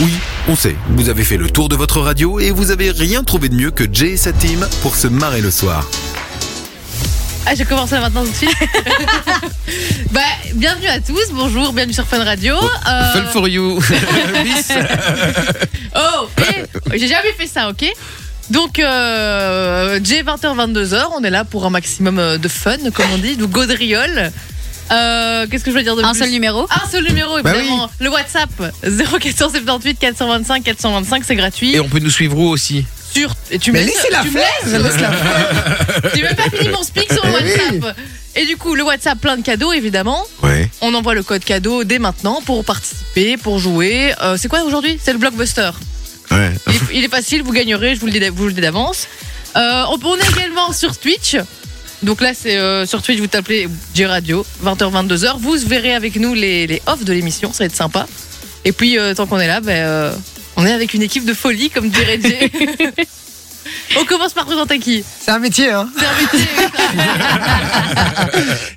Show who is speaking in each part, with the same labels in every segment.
Speaker 1: Oui, on sait, vous avez fait le tour de votre radio et vous avez rien trouvé de mieux que Jay et sa team pour se marrer le soir.
Speaker 2: Ah, je commence là maintenant tout de suite. bah, bienvenue à tous, bonjour, bienvenue sur Fun Radio. Euh,
Speaker 3: Fun for you. Bis.
Speaker 2: Oh, eh, j'ai jamais fait ça, ok donc, euh, Jay, 20h, 22h, on est là pour un maximum euh, de fun, comme on dit, de gaudriole. Euh, Qu'est-ce que je veux dire de
Speaker 4: Un
Speaker 2: plus
Speaker 4: seul numéro.
Speaker 2: Un seul numéro,
Speaker 3: Bah
Speaker 2: évidemment. Le WhatsApp, 0478 425 425, c'est gratuit.
Speaker 3: Et on peut nous suivre où aussi
Speaker 2: Sur- et tu me laisses- tu me laisses- J'ai même pas fini mon speak
Speaker 3: Eh
Speaker 2: sur le WhatsApp. Et du coup, le WhatsApp, plein de cadeaux, évidemment.
Speaker 1: Ouais.
Speaker 2: On envoie le code cadeau dès maintenant pour participer, pour jouer. Euh, c'est quoi aujourd'hui C'est le blockbuster.
Speaker 1: Ouais.
Speaker 2: Il est, il est facile, vous gagnerez, je vous le dis, d'a- vous le dis d'avance. Euh, on, on est également sur Twitch. Donc là, c'est euh, sur Twitch, vous tapez G-Radio, 20h-22h. Vous verrez avec nous les, les offs de l'émission, ça va être sympa. Et puis, euh, tant qu'on est là, ben, euh, on est avec une équipe de folie, comme dirait Jay. on commence par présenter qui
Speaker 5: C'est un métier, hein
Speaker 2: C'est un métier,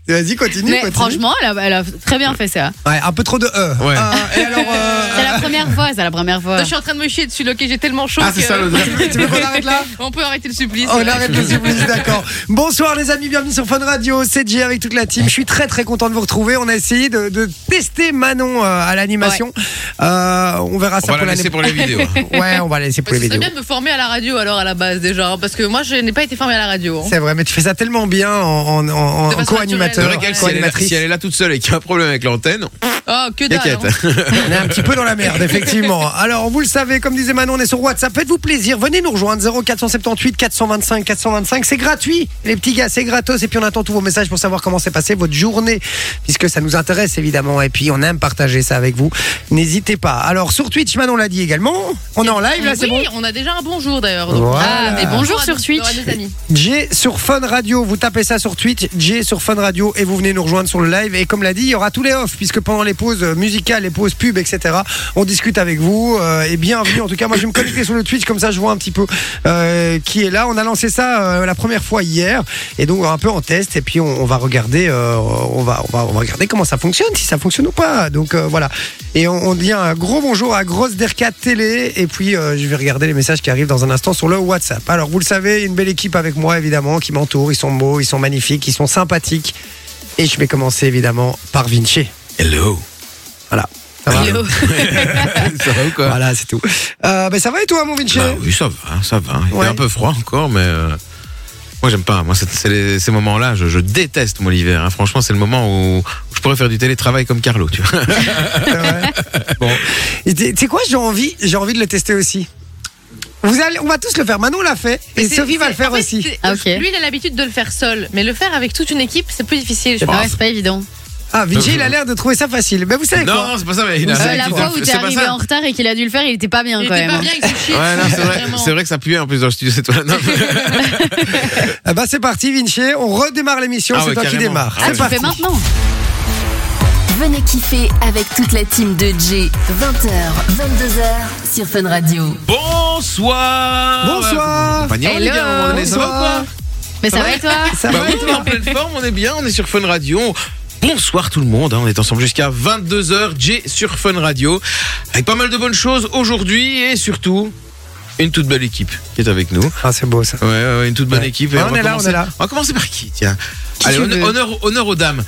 Speaker 5: Vas-y, continue,
Speaker 4: Mais
Speaker 5: continue.
Speaker 4: franchement, elle a, elle a très bien fait ça.
Speaker 5: Ouais, un peu trop de E.
Speaker 3: Ouais.
Speaker 5: Euh, et alors, euh,
Speaker 4: C'est la première fois, c'est la première fois.
Speaker 2: Je suis en train de me chier dessus, là, ok, j'ai tellement chaud
Speaker 3: Ah,
Speaker 2: que
Speaker 3: c'est ça le
Speaker 5: tu veux qu'on arrête là Oh,
Speaker 2: on peut arrêter le supplice.
Speaker 5: On arrête le supplice, d'accord. Bonsoir les amis, bienvenue sur Fun Radio, c'est Jay avec toute la team. Je suis très très content de vous retrouver. On a essayé de, de tester Manon euh, à l'animation. Euh, on verra
Speaker 3: On
Speaker 5: ça
Speaker 3: va
Speaker 5: pour
Speaker 3: la
Speaker 5: l'année.
Speaker 3: laisser pour les vidéos.
Speaker 5: Ouais, on va la laisser pour
Speaker 2: Bah,
Speaker 5: les
Speaker 2: Ce serait
Speaker 5: vidéos.
Speaker 2: bien de me former à la radio alors à la base déjà, hein, parce que moi je n'ai pas été formée à la radio. hein.
Speaker 5: C'est vrai, mais tu fais ça tellement bien en, en- en- en
Speaker 2: De façon
Speaker 3: C'est
Speaker 5: co-animateur,
Speaker 3: vrai
Speaker 2: naturelle.
Speaker 3: qu'elle, si, elle est là-
Speaker 5: co-animatrice.
Speaker 3: si elle est là toute seule et qu'il y a un problème avec l'antenne,
Speaker 2: Oh, que dalle.
Speaker 3: t'inquiète.
Speaker 2: hein.
Speaker 5: On est un petit peu dans la merde, effectivement. Alors, vous le savez, comme disait Manon, on est sur WhatsApp. Faites-vous plaisir. Venez nous rejoindre 0478 425 425. C'est gratuit, les petits gars, c'est gratos. Et puis, on attend tous vos messages pour savoir comment s'est passée votre journée, puisque ça nous intéresse, évidemment. Et puis, on aime partager ça avec vous. N'hésitez pas. Alors, sur Twitch, Manon l'a dit également. On est en live, là, c'est bon
Speaker 2: oui, on a déjà un bonjour d'ailleurs. donc.
Speaker 5: Voilà.
Speaker 2: Ah, des bonjours
Speaker 4: Bonjour
Speaker 2: sur
Speaker 4: sur
Speaker 2: Twitch.
Speaker 4: Twitch.
Speaker 5: J sur Fun Radio, vous tapez ça sur Twitch, J sur Fun Radio et vous venez nous rejoindre sur le live. Et comme l'a dit, il y aura tous les offs, puisque pendant les pauses euh, musicales, les pauses pubs, etc., on discute avec vous. euh, et bienvenue, en tout cas, moi je vais me connecter sur le Twitch, comme ça je vois un petit peu euh, qui est là. On a lancé ça euh, la première fois hier, et donc un peu en test, et puis on, on va regarder euh, on, va, on, va, on va regarder comment ça fonctionne, si ça fonctionne ou pas. Donc euh, voilà. Et on, on dit un gros bonjour à Grosse Derka Télé. Et puis, euh, je vais regarder les messages qui arrivent dans un instant sur le WhatsApp. Alors, vous le savez, une belle équipe avec moi, évidemment, qui m'entoure. Ils sont beaux, ils sont magnifiques, ils sont sympathiques. Et je vais commencer, évidemment, par Vinci.
Speaker 1: Hello.
Speaker 5: Ça va
Speaker 3: ça va ou quoi
Speaker 5: Voilà, c'est tout. Euh, ben, ça va et toi, mon Vinci
Speaker 3: Bah oui, ça va, ça va. Il
Speaker 5: Ouais.
Speaker 3: fait un peu froid encore, mais. euh, Moi, j'aime pas. Moi, c'est- c'est les- ces moments-là, je, je déteste mon hiver. hein. Franchement, c'est le moment où je pourrais faire du télétravail comme Carlo, tu vois.
Speaker 5: Bon. Et Tu tu sais quoi, j'ai envie, j'ai envie de le tester aussi. Vous allez, on va tous le faire. Manon l'a fait et
Speaker 2: C'est-
Speaker 5: Sophie va
Speaker 2: c'est-
Speaker 5: le faire
Speaker 2: en fait,
Speaker 5: aussi.
Speaker 2: c'est-
Speaker 4: Ah, ok.
Speaker 2: Lui, il a l'habitude de le faire seul, mais le faire avec toute une équipe, c'est plus difficile. Je
Speaker 4: Ah
Speaker 2: pense.
Speaker 4: ouais, c'est pas évident.
Speaker 5: Ah, Vinci, il a l'air de trouver ça facile. Mais vous savez
Speaker 3: non,
Speaker 5: quoi
Speaker 3: c'est pas ça. Mais il a-
Speaker 5: Ah,
Speaker 4: Euh,
Speaker 5: c'est
Speaker 4: la
Speaker 5: tout
Speaker 4: fois
Speaker 5: à
Speaker 4: où
Speaker 3: c'est
Speaker 4: t'es
Speaker 3: pas
Speaker 4: arrivé
Speaker 3: ça.
Speaker 4: en retard et qu'il a dû le faire, il était pas bien
Speaker 2: Il
Speaker 4: quand
Speaker 2: était
Speaker 4: même.
Speaker 2: pas
Speaker 4: hein.
Speaker 2: bien avec ses chiffres,
Speaker 3: Ouais, non, c'est vrai.
Speaker 2: vraiment.
Speaker 3: C'est vrai que ça puait en plus dans le studio, c'est toi. Non, mais-
Speaker 5: Ah bah, c'est parti, Vinci. On redémarre l'émission.
Speaker 3: Ah
Speaker 5: c'est
Speaker 3: ouais,
Speaker 5: toi qui
Speaker 3: carrément.
Speaker 5: démarre.
Speaker 3: Ah,
Speaker 4: Ah,
Speaker 5: c'est
Speaker 4: tu le fais
Speaker 5: parti.
Speaker 4: maintenant
Speaker 6: Venez kiffer avec toute la team de J. 20h, 22h sur Fun Radio.
Speaker 3: Bonsoir
Speaker 5: Bonsoir.
Speaker 3: Compagnon, les
Speaker 4: Hello.
Speaker 3: gars, à un moment donné, ça va ou quoi
Speaker 4: Mais ça va et toi
Speaker 5: Ça
Speaker 3: Bah
Speaker 5: va
Speaker 3: oui,
Speaker 5: et
Speaker 3: on est
Speaker 5: toi
Speaker 3: en pleine forme, on est bien, on est sur Fun Radio. Bonsoir tout le monde, hein, on est ensemble jusqu'à 22h, J sur Fun Radio, avec pas mal de bonnes choses aujourd'hui et surtout une toute belle équipe qui est avec nous.
Speaker 5: Ah, c'est beau ça.
Speaker 3: Ouais, ouais, ouais, une toute bonne
Speaker 5: Ouais.
Speaker 3: équipe.
Speaker 5: Ouais, on
Speaker 3: va
Speaker 5: est là, on
Speaker 3: commencer-
Speaker 5: est là.
Speaker 3: On va commencer par qui, Euh, tiens Allez,
Speaker 4: tu
Speaker 3: honne-
Speaker 4: veux
Speaker 3: honneur, honneur aux dames.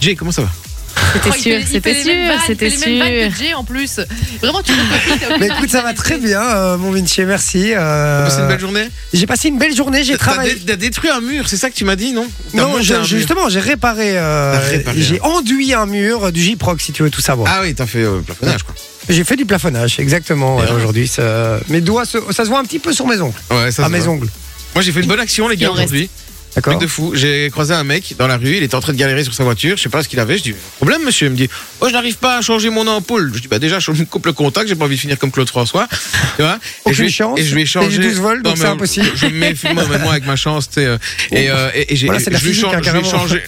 Speaker 3: Jay, comment ça va
Speaker 2: Oh,
Speaker 4: C'était
Speaker 2: il fait-
Speaker 4: sûr,
Speaker 2: il fait
Speaker 4: c'était
Speaker 2: les mêmes vannes,
Speaker 4: sûr,
Speaker 2: il
Speaker 4: c'était
Speaker 2: fait les mêmes vannes
Speaker 4: sûr.
Speaker 2: que Jay, en plus. Vraiment, tu peux pas-
Speaker 5: Mais écoute, ça va très bien, euh, mon Vinci, merci. euh,
Speaker 3: C'est une belle journée
Speaker 5: j'ai passé une belle journée, j'ai
Speaker 3: T'as- t'as
Speaker 5: travaillé.
Speaker 3: dé- T'as détruit un mur, c'est ça que tu m'as dit, non T'as
Speaker 5: Non,
Speaker 3: monté
Speaker 5: je-
Speaker 3: un mur.
Speaker 5: justement, j'ai réparé, euh,
Speaker 3: T'as réparé,
Speaker 5: j'ai enduit un mur euh, du J-Proc, si tu veux tout savoir.
Speaker 3: Ah oui, t'as fait euh, plafonnage, quoi.
Speaker 5: J'ai fait du plafonnage, exactement, ouais,
Speaker 3: alors
Speaker 5: aujourd'hui. ça- Mes doigts, se- ça se voit un petit peu sur mes ongles.
Speaker 3: Ouais, ça
Speaker 5: à
Speaker 3: se
Speaker 5: mes
Speaker 3: voit.
Speaker 5: ongles,
Speaker 3: Moi, j'ai fait une bonne action, les
Speaker 4: Il
Speaker 3: gars,
Speaker 4: en reste.
Speaker 3: aujourd'hui.
Speaker 5: d'accord
Speaker 3: Truc de fou. J'ai croisé un mec dans la rue, il était en train de galérer sur sa voiture, je sais pas ce qu'il avait. Je dis problème, monsieur. Il me dit oh, je n'arrive pas à changer mon ampoule. Je dis bah déjà, je me coupe le contact, j'ai pas envie de finir comme Claude François. Tu vois et je,
Speaker 5: Aucune
Speaker 3: lui-
Speaker 5: chance.
Speaker 3: et je lui ai
Speaker 5: T'as eu
Speaker 3: changé.
Speaker 5: 12 volts, donc
Speaker 3: Non,
Speaker 5: c'est
Speaker 3: mais
Speaker 5: impossible.
Speaker 3: Je me méfie, moi, même moi, avec ma chance. tu sais, euh, et, euh, et, et j'ai
Speaker 5: Voilà, c'est de la
Speaker 3: je lui ai
Speaker 5: physique,
Speaker 3: changé-
Speaker 5: hein,
Speaker 3: je lui ai
Speaker 5: carrément.
Speaker 3: changé.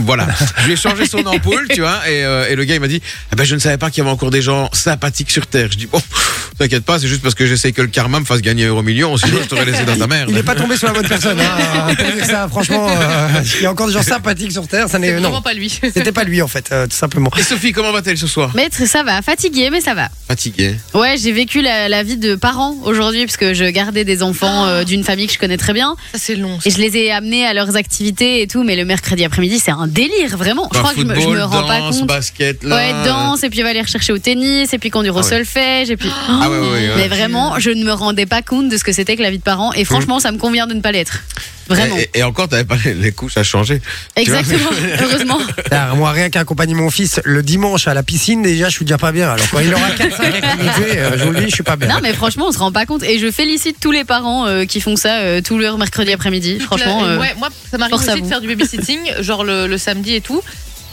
Speaker 3: voilà. Je lui ai changé son ampoule, tu vois. Et, euh, et le gars, il m'a dit ah ben, je ne savais pas qu'il y avait encore des gens sympathiques sur Terre. Je dis bon, T'inquiète pas, c'est juste parce que j'essaie que le karma me fasse gagner un euro million, sinon je t'aurais laissé dans Ah, ta merde.
Speaker 5: Il n'est pas tombé sur la bonne personne. hein. Pour dire ça, franchement, euh, il y a encore des gens sympathiques sur Terre. Ça n'est
Speaker 2: Vraiment
Speaker 5: non,
Speaker 2: pas lui.
Speaker 5: c'était pas lui en fait, euh, tout simplement.
Speaker 3: Et Sophie, comment va-t-elle ce soir
Speaker 4: Maître, ça va, fatigué, mais ça va.
Speaker 3: Fatiguée.
Speaker 4: Ouais, j'ai vécu la, la vie de parent aujourd'hui, parce que je gardais des enfants euh, d'une famille que je connais très bien.
Speaker 2: Ça, c'est long. ça.
Speaker 4: Et je les ai amenés à leurs activités et tout, mais le mercredi après-midi, c'est un délire, vraiment. Je
Speaker 3: Bah,
Speaker 4: crois que je me, je
Speaker 3: football,
Speaker 4: me rends pas
Speaker 3: danse,
Speaker 4: compte.
Speaker 3: basket, là.
Speaker 4: Ouais, danse, et puis va aller rechercher au tennis, et puis conduire au
Speaker 3: Ah ouais.
Speaker 4: solfège, et puis.
Speaker 3: Ah ouais, ouais, ouais. Mmh.
Speaker 4: Mais vraiment, je ne me rendais pas compte de ce que c'était que la vie de parent, et franchement, ça me convient de ne pas l'être. Vraiment.
Speaker 3: euh, Et, et encore, t'avais pas les- les couches à changer. Eh, tu vois.
Speaker 4: Exactement, heureusement.
Speaker 5: Ah, moi, rien qu'accompagner mon fils le dimanche à la piscine, déjà, je suis déjà pas bien. Alors quand il aura 4-5 activités, euh, je vous le dis, je suis pas bien.
Speaker 4: Non, mais franchement, on se rend pas compte. Et je félicite tous les parents euh, qui font ça euh, tout leur mercredi après-midi.
Speaker 2: Toute la-
Speaker 4: Franchement, euh,
Speaker 2: ouais, moi, ça m'arrive
Speaker 4: force à
Speaker 2: aussi de
Speaker 4: vous.
Speaker 2: faire du babysitting, genre le, le samedi et tout.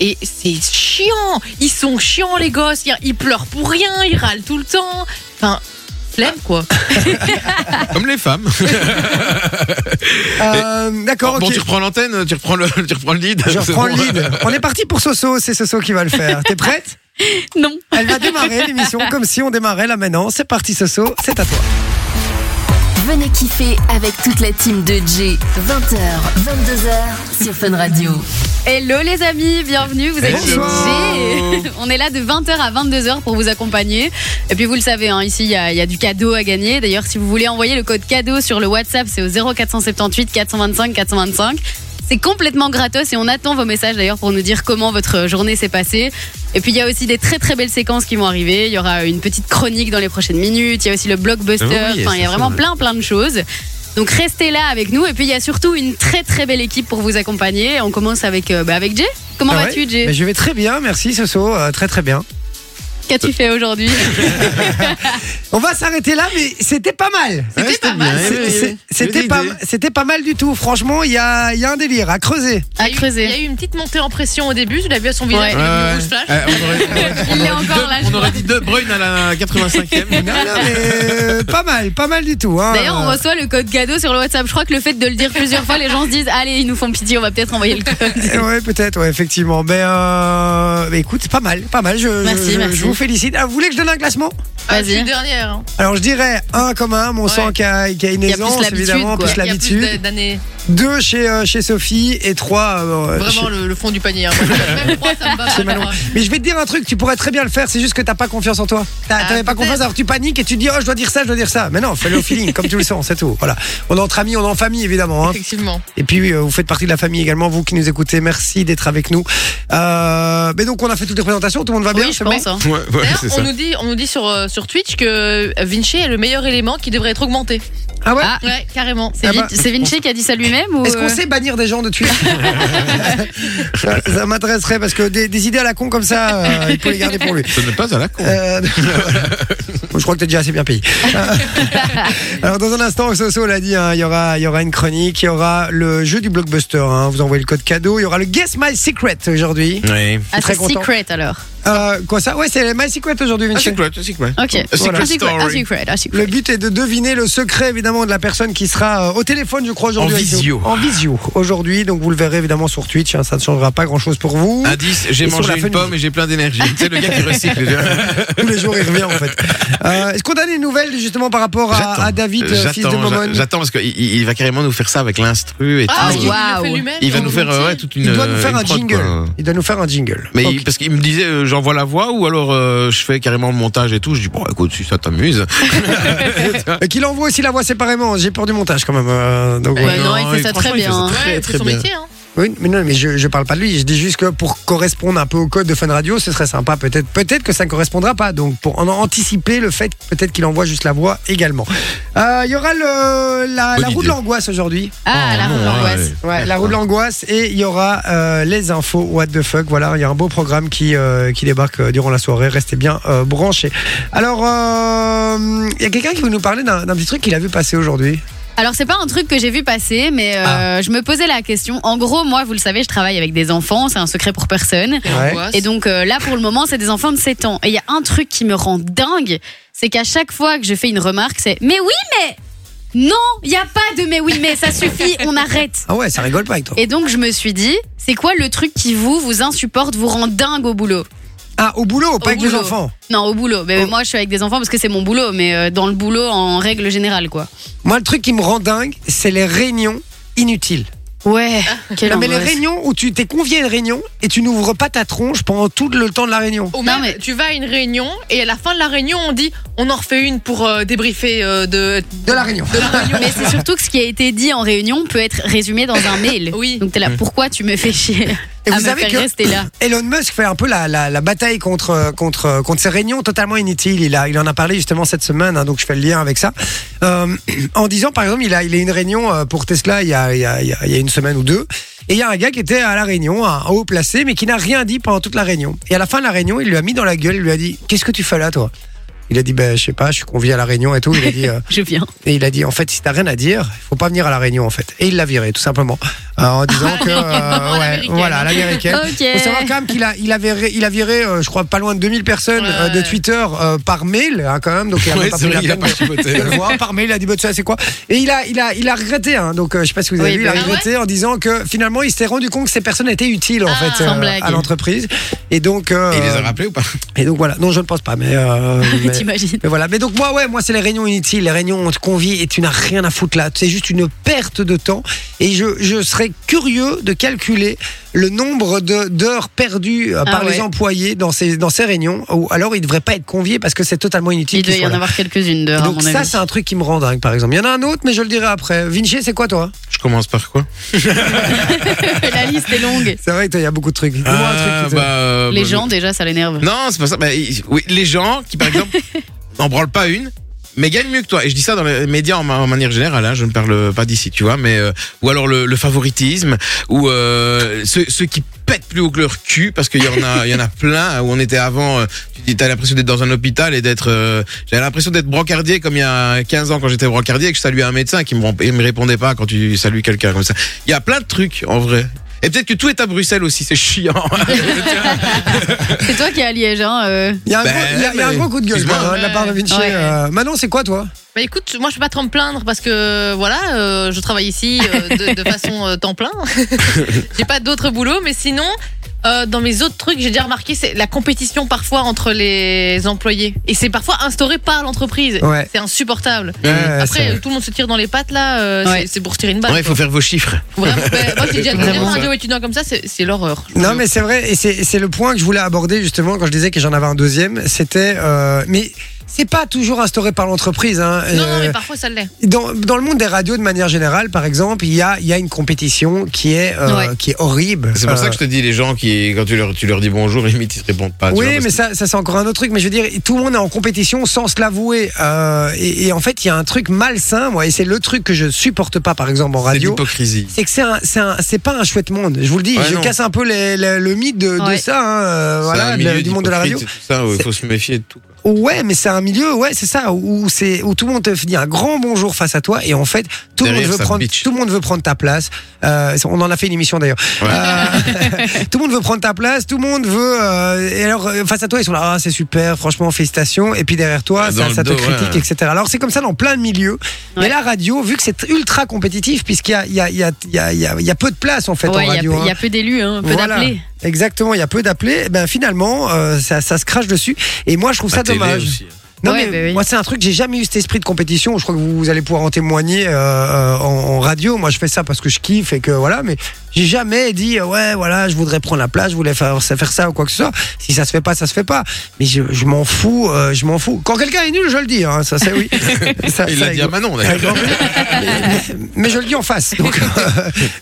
Speaker 2: Et c'est chiant. Ils sont chiants, les gosses. Ils, ils pleurent pour rien, ils râlent tout le temps. Enfin, flemme, quoi.
Speaker 3: Comme les femmes.
Speaker 5: Euh, D'accord,
Speaker 3: Bon,
Speaker 5: ok.
Speaker 3: tu reprends l'antenne, tu reprends le, tu reprends le lead.
Speaker 5: Je
Speaker 3: c'est
Speaker 5: reprends
Speaker 3: bon.
Speaker 5: le lead. On est parti pour Soso, c'est Soso qui va le faire. T'es prête
Speaker 4: non.
Speaker 5: Elle va démarrer l'émission comme si on démarrait là maintenant. C'est parti Soso, c'est à toi.
Speaker 6: Venez kiffer avec toute la team de J. 20h, 22h sur Fun Radio.
Speaker 4: Hello les amis, bienvenue. Vous êtes
Speaker 5: Bonsoir.
Speaker 4: chez G. On est là de 20h à 22h pour vous accompagner. Et puis vous le savez, hein, ici il y, a- il y a du cadeau à gagner. D'ailleurs, si vous voulez envoyer le code cadeau sur le WhatsApp, c'est au 0478 425 425. C'est complètement gratos et on attend vos messages d'ailleurs pour nous dire comment votre journée s'est passée. Et puis il y a aussi des très très belles séquences qui vont arriver. Il y aura une petite chronique dans les prochaines minutes. Il y a aussi le blockbuster.
Speaker 3: Ah oui,
Speaker 4: enfin, il y a
Speaker 3: ça,
Speaker 4: vraiment
Speaker 3: c'est-
Speaker 4: plein plein de choses. Donc restez là avec nous et puis il y a surtout une très très belle équipe pour vous accompagner. On commence avec euh, bah, avec Jay. Comment
Speaker 5: Ah
Speaker 4: vas-tu
Speaker 5: ouais
Speaker 4: Jay
Speaker 5: Mais Je vais très bien, merci Soso, euh, très très bien.
Speaker 4: Qu'as-tu fait aujourd'hui
Speaker 5: On va s'arrêter là, mais c'était pas mal.
Speaker 3: Ouais, C'était pas mal.
Speaker 5: C'est- c'est- C'était pas, c'était pas mal du tout. Franchement, il y a, il y a un délire à creuser.
Speaker 4: À
Speaker 2: Il y a eu- Il y a
Speaker 4: creuser.
Speaker 2: eu une petite montée en pression au début. Je l'ai vu à son visage.
Speaker 4: Ouais.
Speaker 2: il est devenu rouge flash.
Speaker 3: Euh,
Speaker 4: Il est encore là. je
Speaker 3: On
Speaker 4: crois.
Speaker 3: aurait dit De Bruyne à la 85e.
Speaker 5: Non, non, mais euh, pas mal, pas mal du tout. hein.
Speaker 4: D'ailleurs, on reçoit le code cadeau sur le WhatsApp. Je crois que le fait de le dire plusieurs fois, les gens se disent Allez, ils nous font pitié, on va peut-être envoyer le code.
Speaker 5: Euh, ouais, peut-être, ouais, effectivement. Mais, euh, mais écoute, pas mal, pas mal. Je, je-
Speaker 4: Merci,
Speaker 5: je,
Speaker 4: merci.
Speaker 5: je vous félicite. Ah, vous voulez que je donne un classement
Speaker 2: Ah, je suis
Speaker 4: Vas-y.
Speaker 2: dernière. hein.
Speaker 5: Alors, je dirais un commun, mon sang qui a, qui a une
Speaker 4: y a plus
Speaker 5: aisance,
Speaker 4: l'habitude,
Speaker 5: évidemment,
Speaker 4: quoi.
Speaker 5: plus
Speaker 2: Il y a plus d'a-
Speaker 5: l'habitude.
Speaker 2: d'années.
Speaker 5: Deux chez, euh, chez Sophie et trois. euh,
Speaker 2: Vraiment
Speaker 5: chez-
Speaker 2: le, le fond du panier. hein. Même trois, ça me va pas,
Speaker 5: Manon.
Speaker 2: quoi.
Speaker 5: Ah, Mais je vais te dire un truc, tu pourrais très bien le faire, c'est juste que t'as pas confiance en toi. T'as-
Speaker 2: Ah,
Speaker 5: T'avais pas
Speaker 2: peut-être.
Speaker 5: confiance, alors tu paniques et tu te dis, oh, je dois dire ça, je dois dire ça. Mais non, fais-le au feeling, comme tu le sens, c'est tout. Voilà. On est entre amis, on est en famille, évidemment. hein.
Speaker 2: Effectivement.
Speaker 5: Et puis, oui, euh, vous faites partie de la famille également, vous qui nous écoutez, merci d'être avec nous. Euh, mais donc, on a fait toutes les présentations, tout le monde va bien,
Speaker 4: Oui, je
Speaker 5: c'est bon
Speaker 4: pense. hein.
Speaker 3: Ouais, ouais,
Speaker 2: D'ailleurs,
Speaker 3: c'est
Speaker 2: on
Speaker 3: ça.
Speaker 2: nous dit, on nous dit sur, euh, sur Twitch que Vinci est le meilleur élément qui devrait être augmenté.
Speaker 5: Ah ouais
Speaker 4: Ah,
Speaker 2: Ouais, carrément.
Speaker 4: c'est
Speaker 5: Ah
Speaker 4: Vin-
Speaker 5: bah.
Speaker 4: c'est Vinci qui a dit ça lui-même ou
Speaker 5: Est-ce qu'on
Speaker 4: euh,
Speaker 5: sait bannir des gens de Twitch Ça, ça m'intéresserait parce que des, des idées à la con comme ça, euh, il peut les garder pour lui.
Speaker 3: Ce n'est pas à la con.
Speaker 5: Euh, je crois que t'es déjà assez bien payé. Euh, Alors dans un instant, Soso l'a dit, hein, il y aura, il y aura une chronique, il y aura le jeu du blockbuster. hein, vous envoyez le code cadeau, il y aura le Guess My Secret aujourd'hui.
Speaker 3: Ouais.
Speaker 4: Ah,
Speaker 5: très
Speaker 4: c'est
Speaker 5: content.
Speaker 4: Secret alors.
Speaker 5: Euh, quoi ça Ouais, c'est My Secret aujourd'hui,
Speaker 3: Un
Speaker 5: Vinci.
Speaker 3: secret, un secret.
Speaker 4: Ok.
Speaker 3: A secret
Speaker 4: Ah, secret, ah,
Speaker 3: story.
Speaker 4: secret, ah, secret.
Speaker 5: Le but est de deviner le secret évidemment de la personne qui sera euh, au téléphone, je crois aujourd'hui.
Speaker 3: En
Speaker 5: avec nous.
Speaker 3: visio.
Speaker 5: En visio aujourd'hui, donc vous le verrez évidemment sur Twitch. hein, ça ne changera pas grand chose pour vous.
Speaker 3: Indice, j'ai
Speaker 5: Et sur la
Speaker 3: mangé une
Speaker 5: fun-
Speaker 3: pomme et j'ai plein d'énergie. C'est le gars qui recycle.
Speaker 5: Tous les jours, il revient en fait. Euh, Est-ce qu'on a des nouvelles justement par rapport
Speaker 3: J'attends.
Speaker 5: à, à David, euh, fils de
Speaker 3: J'attends, j'a-
Speaker 5: Momon
Speaker 3: j'attends parce qu'il il va carrément nous faire ça avec l'instru et tout.
Speaker 2: Ah,
Speaker 4: Ah,
Speaker 2: il le
Speaker 4: waouh.
Speaker 2: fait lui-même,
Speaker 3: Il va
Speaker 2: on
Speaker 3: nous faire
Speaker 2: dit.
Speaker 3: euh, ouais, toute une.
Speaker 5: Il doit nous faire
Speaker 3: une
Speaker 5: un
Speaker 3: prod,
Speaker 5: jingle.
Speaker 3: quoi.
Speaker 5: Il doit nous faire un jingle.
Speaker 3: Mais
Speaker 5: Ok.
Speaker 3: il- parce qu'il me disait euh, j'envoie la voix ou alors euh, je fais carrément le montage et tout. Je dis bon écoute si ça t'amuse.
Speaker 5: Et qu'il envoie aussi la voix séparément. J'ai peur du montage quand même. euh, donc,
Speaker 4: Eh
Speaker 5: ouais.
Speaker 4: ben non, il fait ça
Speaker 3: franchement,
Speaker 4: très bien, hein.
Speaker 3: Il fait ça très,
Speaker 2: Ouais,
Speaker 3: très
Speaker 2: c'est son
Speaker 3: bien.
Speaker 2: métier. hein.
Speaker 5: Oui, mais non, mais je, je parle pas de lui. Je dis juste que pour correspondre un peu au code de Fun Radio, ce serait sympa. Peut-être, peut-être que ça ne correspondra pas. Donc pour en anticiper le fait, peut-être qu'il envoie juste la voix également. Euh, Il y aura le, la,
Speaker 3: Bonne
Speaker 5: la roue de
Speaker 3: idée.
Speaker 5: l'angoisse aujourd'hui.
Speaker 4: Ah, la roue de l'angoisse.
Speaker 5: Oh, Ouais, la roue de l'angoisse et il y aura euh, les infos What the fuck. Voilà, il y a un beau programme qui euh, qui débarque euh, durant la soirée. Restez bien euh, branchés. Alors, euh, il y a quelqu'un qui veut nous parler d'un d'un petit truc qu'il a vu passer aujourd'hui.
Speaker 4: Alors c'est pas un truc que j'ai vu passer, mais euh,
Speaker 5: Ah.
Speaker 4: je me posais la question. En gros, moi, vous le savez, je travaille avec des enfants, c'est un secret pour personne.
Speaker 2: Quelle
Speaker 5: Ouais.
Speaker 2: angoisse.
Speaker 4: Et donc euh, là, pour le moment, c'est des enfants de 7 ans. Et il y a un truc qui me rend dingue, c'est qu'à chaque fois que je fais une remarque, c'est mais oui, mais non, il y a pas de mais oui, mais ça suffit, on arrête.
Speaker 5: Ah ouais, ça rigole pas avec toi.
Speaker 4: Et donc je me suis dit, c'est quoi le truc qui vous vous insupporte, vous rend dingue au boulot
Speaker 5: Ah, au boulot,
Speaker 4: Au
Speaker 5: pas avec les
Speaker 4: boulot.
Speaker 5: enfants.
Speaker 4: Non, au boulot. Mais
Speaker 5: Oh.
Speaker 4: moi, je suis avec des enfants parce que c'est mon boulot, mais euh, dans le boulot en règle générale, quoi.
Speaker 5: Moi, le truc qui me rend dingue, c'est les réunions inutiles.
Speaker 4: Ouais. quelle
Speaker 5: Non, mais les
Speaker 4: angoisse.
Speaker 5: réunions où tu t'es convié à une réunion et tu n'ouvres pas ta tronche pendant tout le temps de la réunion.
Speaker 2: Ou
Speaker 4: Non,
Speaker 2: même,
Speaker 4: mais-
Speaker 2: tu vas à une réunion et à la fin de la réunion, on dit on en refait une pour euh, débriefer euh, de.
Speaker 5: De la réunion.
Speaker 2: de la réunion.
Speaker 4: Mais c'est surtout que ce qui a été dit en réunion peut être résumé dans un mail.
Speaker 2: Oui.
Speaker 4: Donc t'es
Speaker 5: Mm.
Speaker 4: là, pourquoi tu me fais chier
Speaker 5: Et
Speaker 4: à
Speaker 5: vous
Speaker 4: me
Speaker 5: savez
Speaker 4: faire
Speaker 5: que-
Speaker 4: rester là
Speaker 5: Elon Musk fait un peu la, la- la bataille contre, euh, contre, euh, contre ces réunions totalement inutiles. Il, a, il en a parlé justement cette semaine, hein, donc je fais le lien avec ça. Euh, en disant, par exemple, il a, il a eu une réunion euh, pour Tesla il y a, il y a- il y a- il y a une semaine ou deux. Et il y a un gars qui était à la réunion, un haut placé, mais qui n'a rien dit pendant toute la réunion. Et à la fin de la réunion, il lui a mis dans la gueule, il lui a dit Qu'est-ce que tu fais là, toi Il a dit Ben, je sais pas, je suis convié à la réunion et tout. Il a dit. euh,
Speaker 4: Je viens.
Speaker 5: Et il a dit en fait, si t'as rien à dire, il faut pas venir à la réunion en fait. Et il l'a viré tout simplement Euh, en disant que euh, ouais,
Speaker 2: l'américaine.
Speaker 5: voilà, à l'américaine.
Speaker 4: Ok.
Speaker 5: Faut savoir quand même qu'il a, il avait, ré- il a viré, euh, je crois, pas loin de 2000 personnes
Speaker 2: Ouais.
Speaker 5: euh, de Twitter euh, par mail, hein, quand même. Donc, il a même
Speaker 3: Ouais,
Speaker 5: pas
Speaker 3: c'est
Speaker 5: pris
Speaker 3: vrai,
Speaker 5: la
Speaker 3: il a
Speaker 5: peine
Speaker 3: pas chipoté.
Speaker 5: de le voir. Par mail, il a dit, bah, tu sais, c'est quoi Et il a, il, a, il a regretté, hein. donc euh, je sais pas si vous avez
Speaker 4: Oui,
Speaker 5: vu, il a
Speaker 4: bah,
Speaker 2: ah ouais
Speaker 5: regretté en disant que finalement, il s'était rendu compte que ces personnes étaient utiles, en fait,
Speaker 4: Ah, sans
Speaker 5: euh,
Speaker 4: blague.
Speaker 5: à l'entreprise. Et donc, euh,
Speaker 3: Et il les a rappelés ou pas
Speaker 5: et donc voilà. Non, je ne pense pas, mais. euh, mais-
Speaker 4: T'imagines
Speaker 5: mais voilà, mais donc moi, ouais, moi c'est les réunions inutiles, les réunions où on te convie et tu n'as rien à foutre là. C'est juste une perte de temps. Et je, je serais curieux de calculer le nombre de- d'heures perdues euh,
Speaker 4: Ah
Speaker 5: par
Speaker 4: ouais.
Speaker 5: les employés dans ces, dans ces réunions. Ou alors ils ne devraient pas être conviés parce que c'est totalement inutile.
Speaker 4: Il doit y
Speaker 5: qu'ils soient
Speaker 4: en
Speaker 5: là.
Speaker 4: avoir quelques-unes de
Speaker 5: donc ça, c'est un truc qui me rend dingue, par exemple. Il y en a un autre, mais je le dirai après. Vinci, c'est quoi toi
Speaker 3: Je commence par quoi
Speaker 4: La liste est longue.
Speaker 5: C'est vrai que toi, il y a beaucoup de trucs. Dis-moi un truc
Speaker 3: Ah,
Speaker 5: qui te-
Speaker 3: bah, euh,
Speaker 4: Les
Speaker 3: bah,
Speaker 4: gens, déjà, ça l'énerve.
Speaker 3: Non, c'est pas ça. Bah, il- oui, les gens qui, par exemple, n'en branlent pas une, mais gagnent mieux que toi. Et je dis ça dans les médias en, ma- en manière générale. hein, je ne parle pas d'ici, tu vois. Mais euh, ou alors le, le favoritisme, ou euh, ceux, ceux qui pètent plus haut que leur cul, parce qu'il y en a, il y en a plein où on était avant. euh, tu dis, t'as l'impression d'être dans un hôpital et d'être. euh, J'avais l'impression d'être brancardier comme il y a 15 ans quand j'étais brancardier et que je saluais un médecin qui me, rem- il me répondait pas quand tu salues quelqu'un comme ça. Il y a plein de trucs en vrai. Et peut-être que tout est à Bruxelles aussi, c'est chiant.
Speaker 4: C'est toi qui es à Liège, hein euh.
Speaker 5: Il y a un
Speaker 3: Bah,
Speaker 5: gros- il y a- il y a un
Speaker 3: mais-
Speaker 5: gros coup de gueule
Speaker 3: excuse-moi.
Speaker 5: quand même, de la part de Vinci.
Speaker 4: Ouais.
Speaker 5: Euh, Manon, c'est quoi toi
Speaker 2: Bah écoute, moi je peux pas trop me plaindre parce que voilà, euh, je travaille ici euh, de, de façon euh, temps plein. j'ai pas d'autres boulots, mais sinon, euh, dans mes autres trucs, j'ai déjà remarqué c'est la compétition parfois entre les employés et c'est parfois instauré par l'entreprise.
Speaker 5: Ouais.
Speaker 2: C'est insupportable.
Speaker 5: Ouais, ouais, c'est
Speaker 2: Après,
Speaker 5: vrai.
Speaker 2: tout le monde se tire dans les pattes là, euh,
Speaker 4: Ouais.
Speaker 2: c'est- c'est pour se tirer une balle.
Speaker 3: Ouais, il faut faire vos chiffres.
Speaker 2: quoi. Vraiment, ben, moi j'ai déjà
Speaker 3: Vraiment.
Speaker 2: vraiment un duo étudiant comme ça, c'est c'est l'horreur.
Speaker 5: Non, mais c'est vrai, et c'est c'est le point que je voulais aborder justement quand je disais que j'en avais un deuxième. C'était. euh, mais c'est pas toujours instauré par l'entreprise. Hein.
Speaker 2: Non, non,
Speaker 5: Euh,
Speaker 2: mais parfois ça l'est.
Speaker 5: dans, dans le monde des radios, de manière générale, par exemple, il y a, il y a une compétition qui est, euh,
Speaker 4: Ouais.
Speaker 5: qui est horrible.
Speaker 3: C'est pour ça
Speaker 5: Euh,
Speaker 3: que je te dis, les gens qui, quand tu leur, tu leur dis bonjour, limite, ils te répondent pas. tu vois,
Speaker 5: oui,
Speaker 3: parce
Speaker 5: mais ça, ça c'est encore un autre truc. Mais je veux dire, tout le monde est en compétition sans se l'avouer. Euh, et, et en fait, il y a un truc malsain, moi, et c'est le truc que je supporte pas, par exemple, en
Speaker 3: que C'est
Speaker 5: radio.
Speaker 3: l'hypocrisie.
Speaker 5: c'est que c'est un- c'est un- c'est pas un chouette monde. Je vous le dis,
Speaker 3: Ouais,
Speaker 5: je
Speaker 3: non.
Speaker 5: casse un peu les- les- le mythe de, de
Speaker 4: Ouais.
Speaker 5: ça, hein, euh,
Speaker 3: C'est
Speaker 5: voilà,
Speaker 3: un
Speaker 5: de-
Speaker 3: milieu
Speaker 5: du monde de la radio.
Speaker 3: d'hypocrite et tout ça, ouais,
Speaker 5: C'est-
Speaker 3: faut se méfier de tout.
Speaker 5: Ouais, mais c'est un milieu, ouais, c'est ça, où c'est où tout le monde te fait dire un grand bonjour face à toi et en fait tout le monde
Speaker 3: Derrière,
Speaker 5: veut
Speaker 3: ça
Speaker 5: prendre
Speaker 3: bitch.
Speaker 5: tout le monde veut prendre ta place. Euh, on en a fait une émission d'ailleurs.
Speaker 3: Ouais.
Speaker 5: Euh, tout le monde veut prendre ta place, tout le monde veut euh, et alors euh, face à toi ils sont là ah c'est super, franchement félicitations et puis derrière toi
Speaker 3: Dans
Speaker 5: ça,
Speaker 3: le
Speaker 5: ça
Speaker 3: dos,
Speaker 5: te critique
Speaker 3: ouais.
Speaker 5: etc. Alors c'est comme ça dans plein de milieux. Mais
Speaker 4: Ouais.
Speaker 5: la radio vu que c'est ultra compétitif puisqu'il y a il y a il y a il y a- il y a- il y a peu de place en fait
Speaker 4: Ouais,
Speaker 5: en
Speaker 4: il y a
Speaker 5: radio.
Speaker 4: peu- il y,
Speaker 5: hein.
Speaker 4: a peu d'élus, hein, peu
Speaker 5: Voilà.
Speaker 4: d'appelés.
Speaker 5: Exactement, il y a peu d'appelés. Eh Ben finalement, euh, ça, ça se crache dessus. Et moi, je trouve ça
Speaker 3: La télé
Speaker 5: dommage.
Speaker 3: aussi. hein.
Speaker 5: Non,
Speaker 4: Ouais,
Speaker 5: mais
Speaker 4: bah oui.
Speaker 5: moi, c'est un truc, j'ai jamais eu cet esprit de compétition. Je crois que vous allez pouvoir en témoigner euh, euh, en, en radio. Moi, je fais ça parce que je kiffe et que voilà, mais j'ai jamais dit, euh, ouais, voilà, je voudrais prendre la place, je voulais faire, ça- faire ça ou quoi que ce soit. Si ça se fait pas, ça se fait pas. Mais je, je m'en fous, euh, je m'en fous. Quand quelqu'un est nul, je le dis, hein, ça c'est oui. Ça,
Speaker 3: Il
Speaker 5: ça,
Speaker 3: l'a dit à Manon,
Speaker 5: avec grand
Speaker 3: d'ailleurs.
Speaker 5: plaisir. mais, mais- mais je le dis en face. Donc, euh,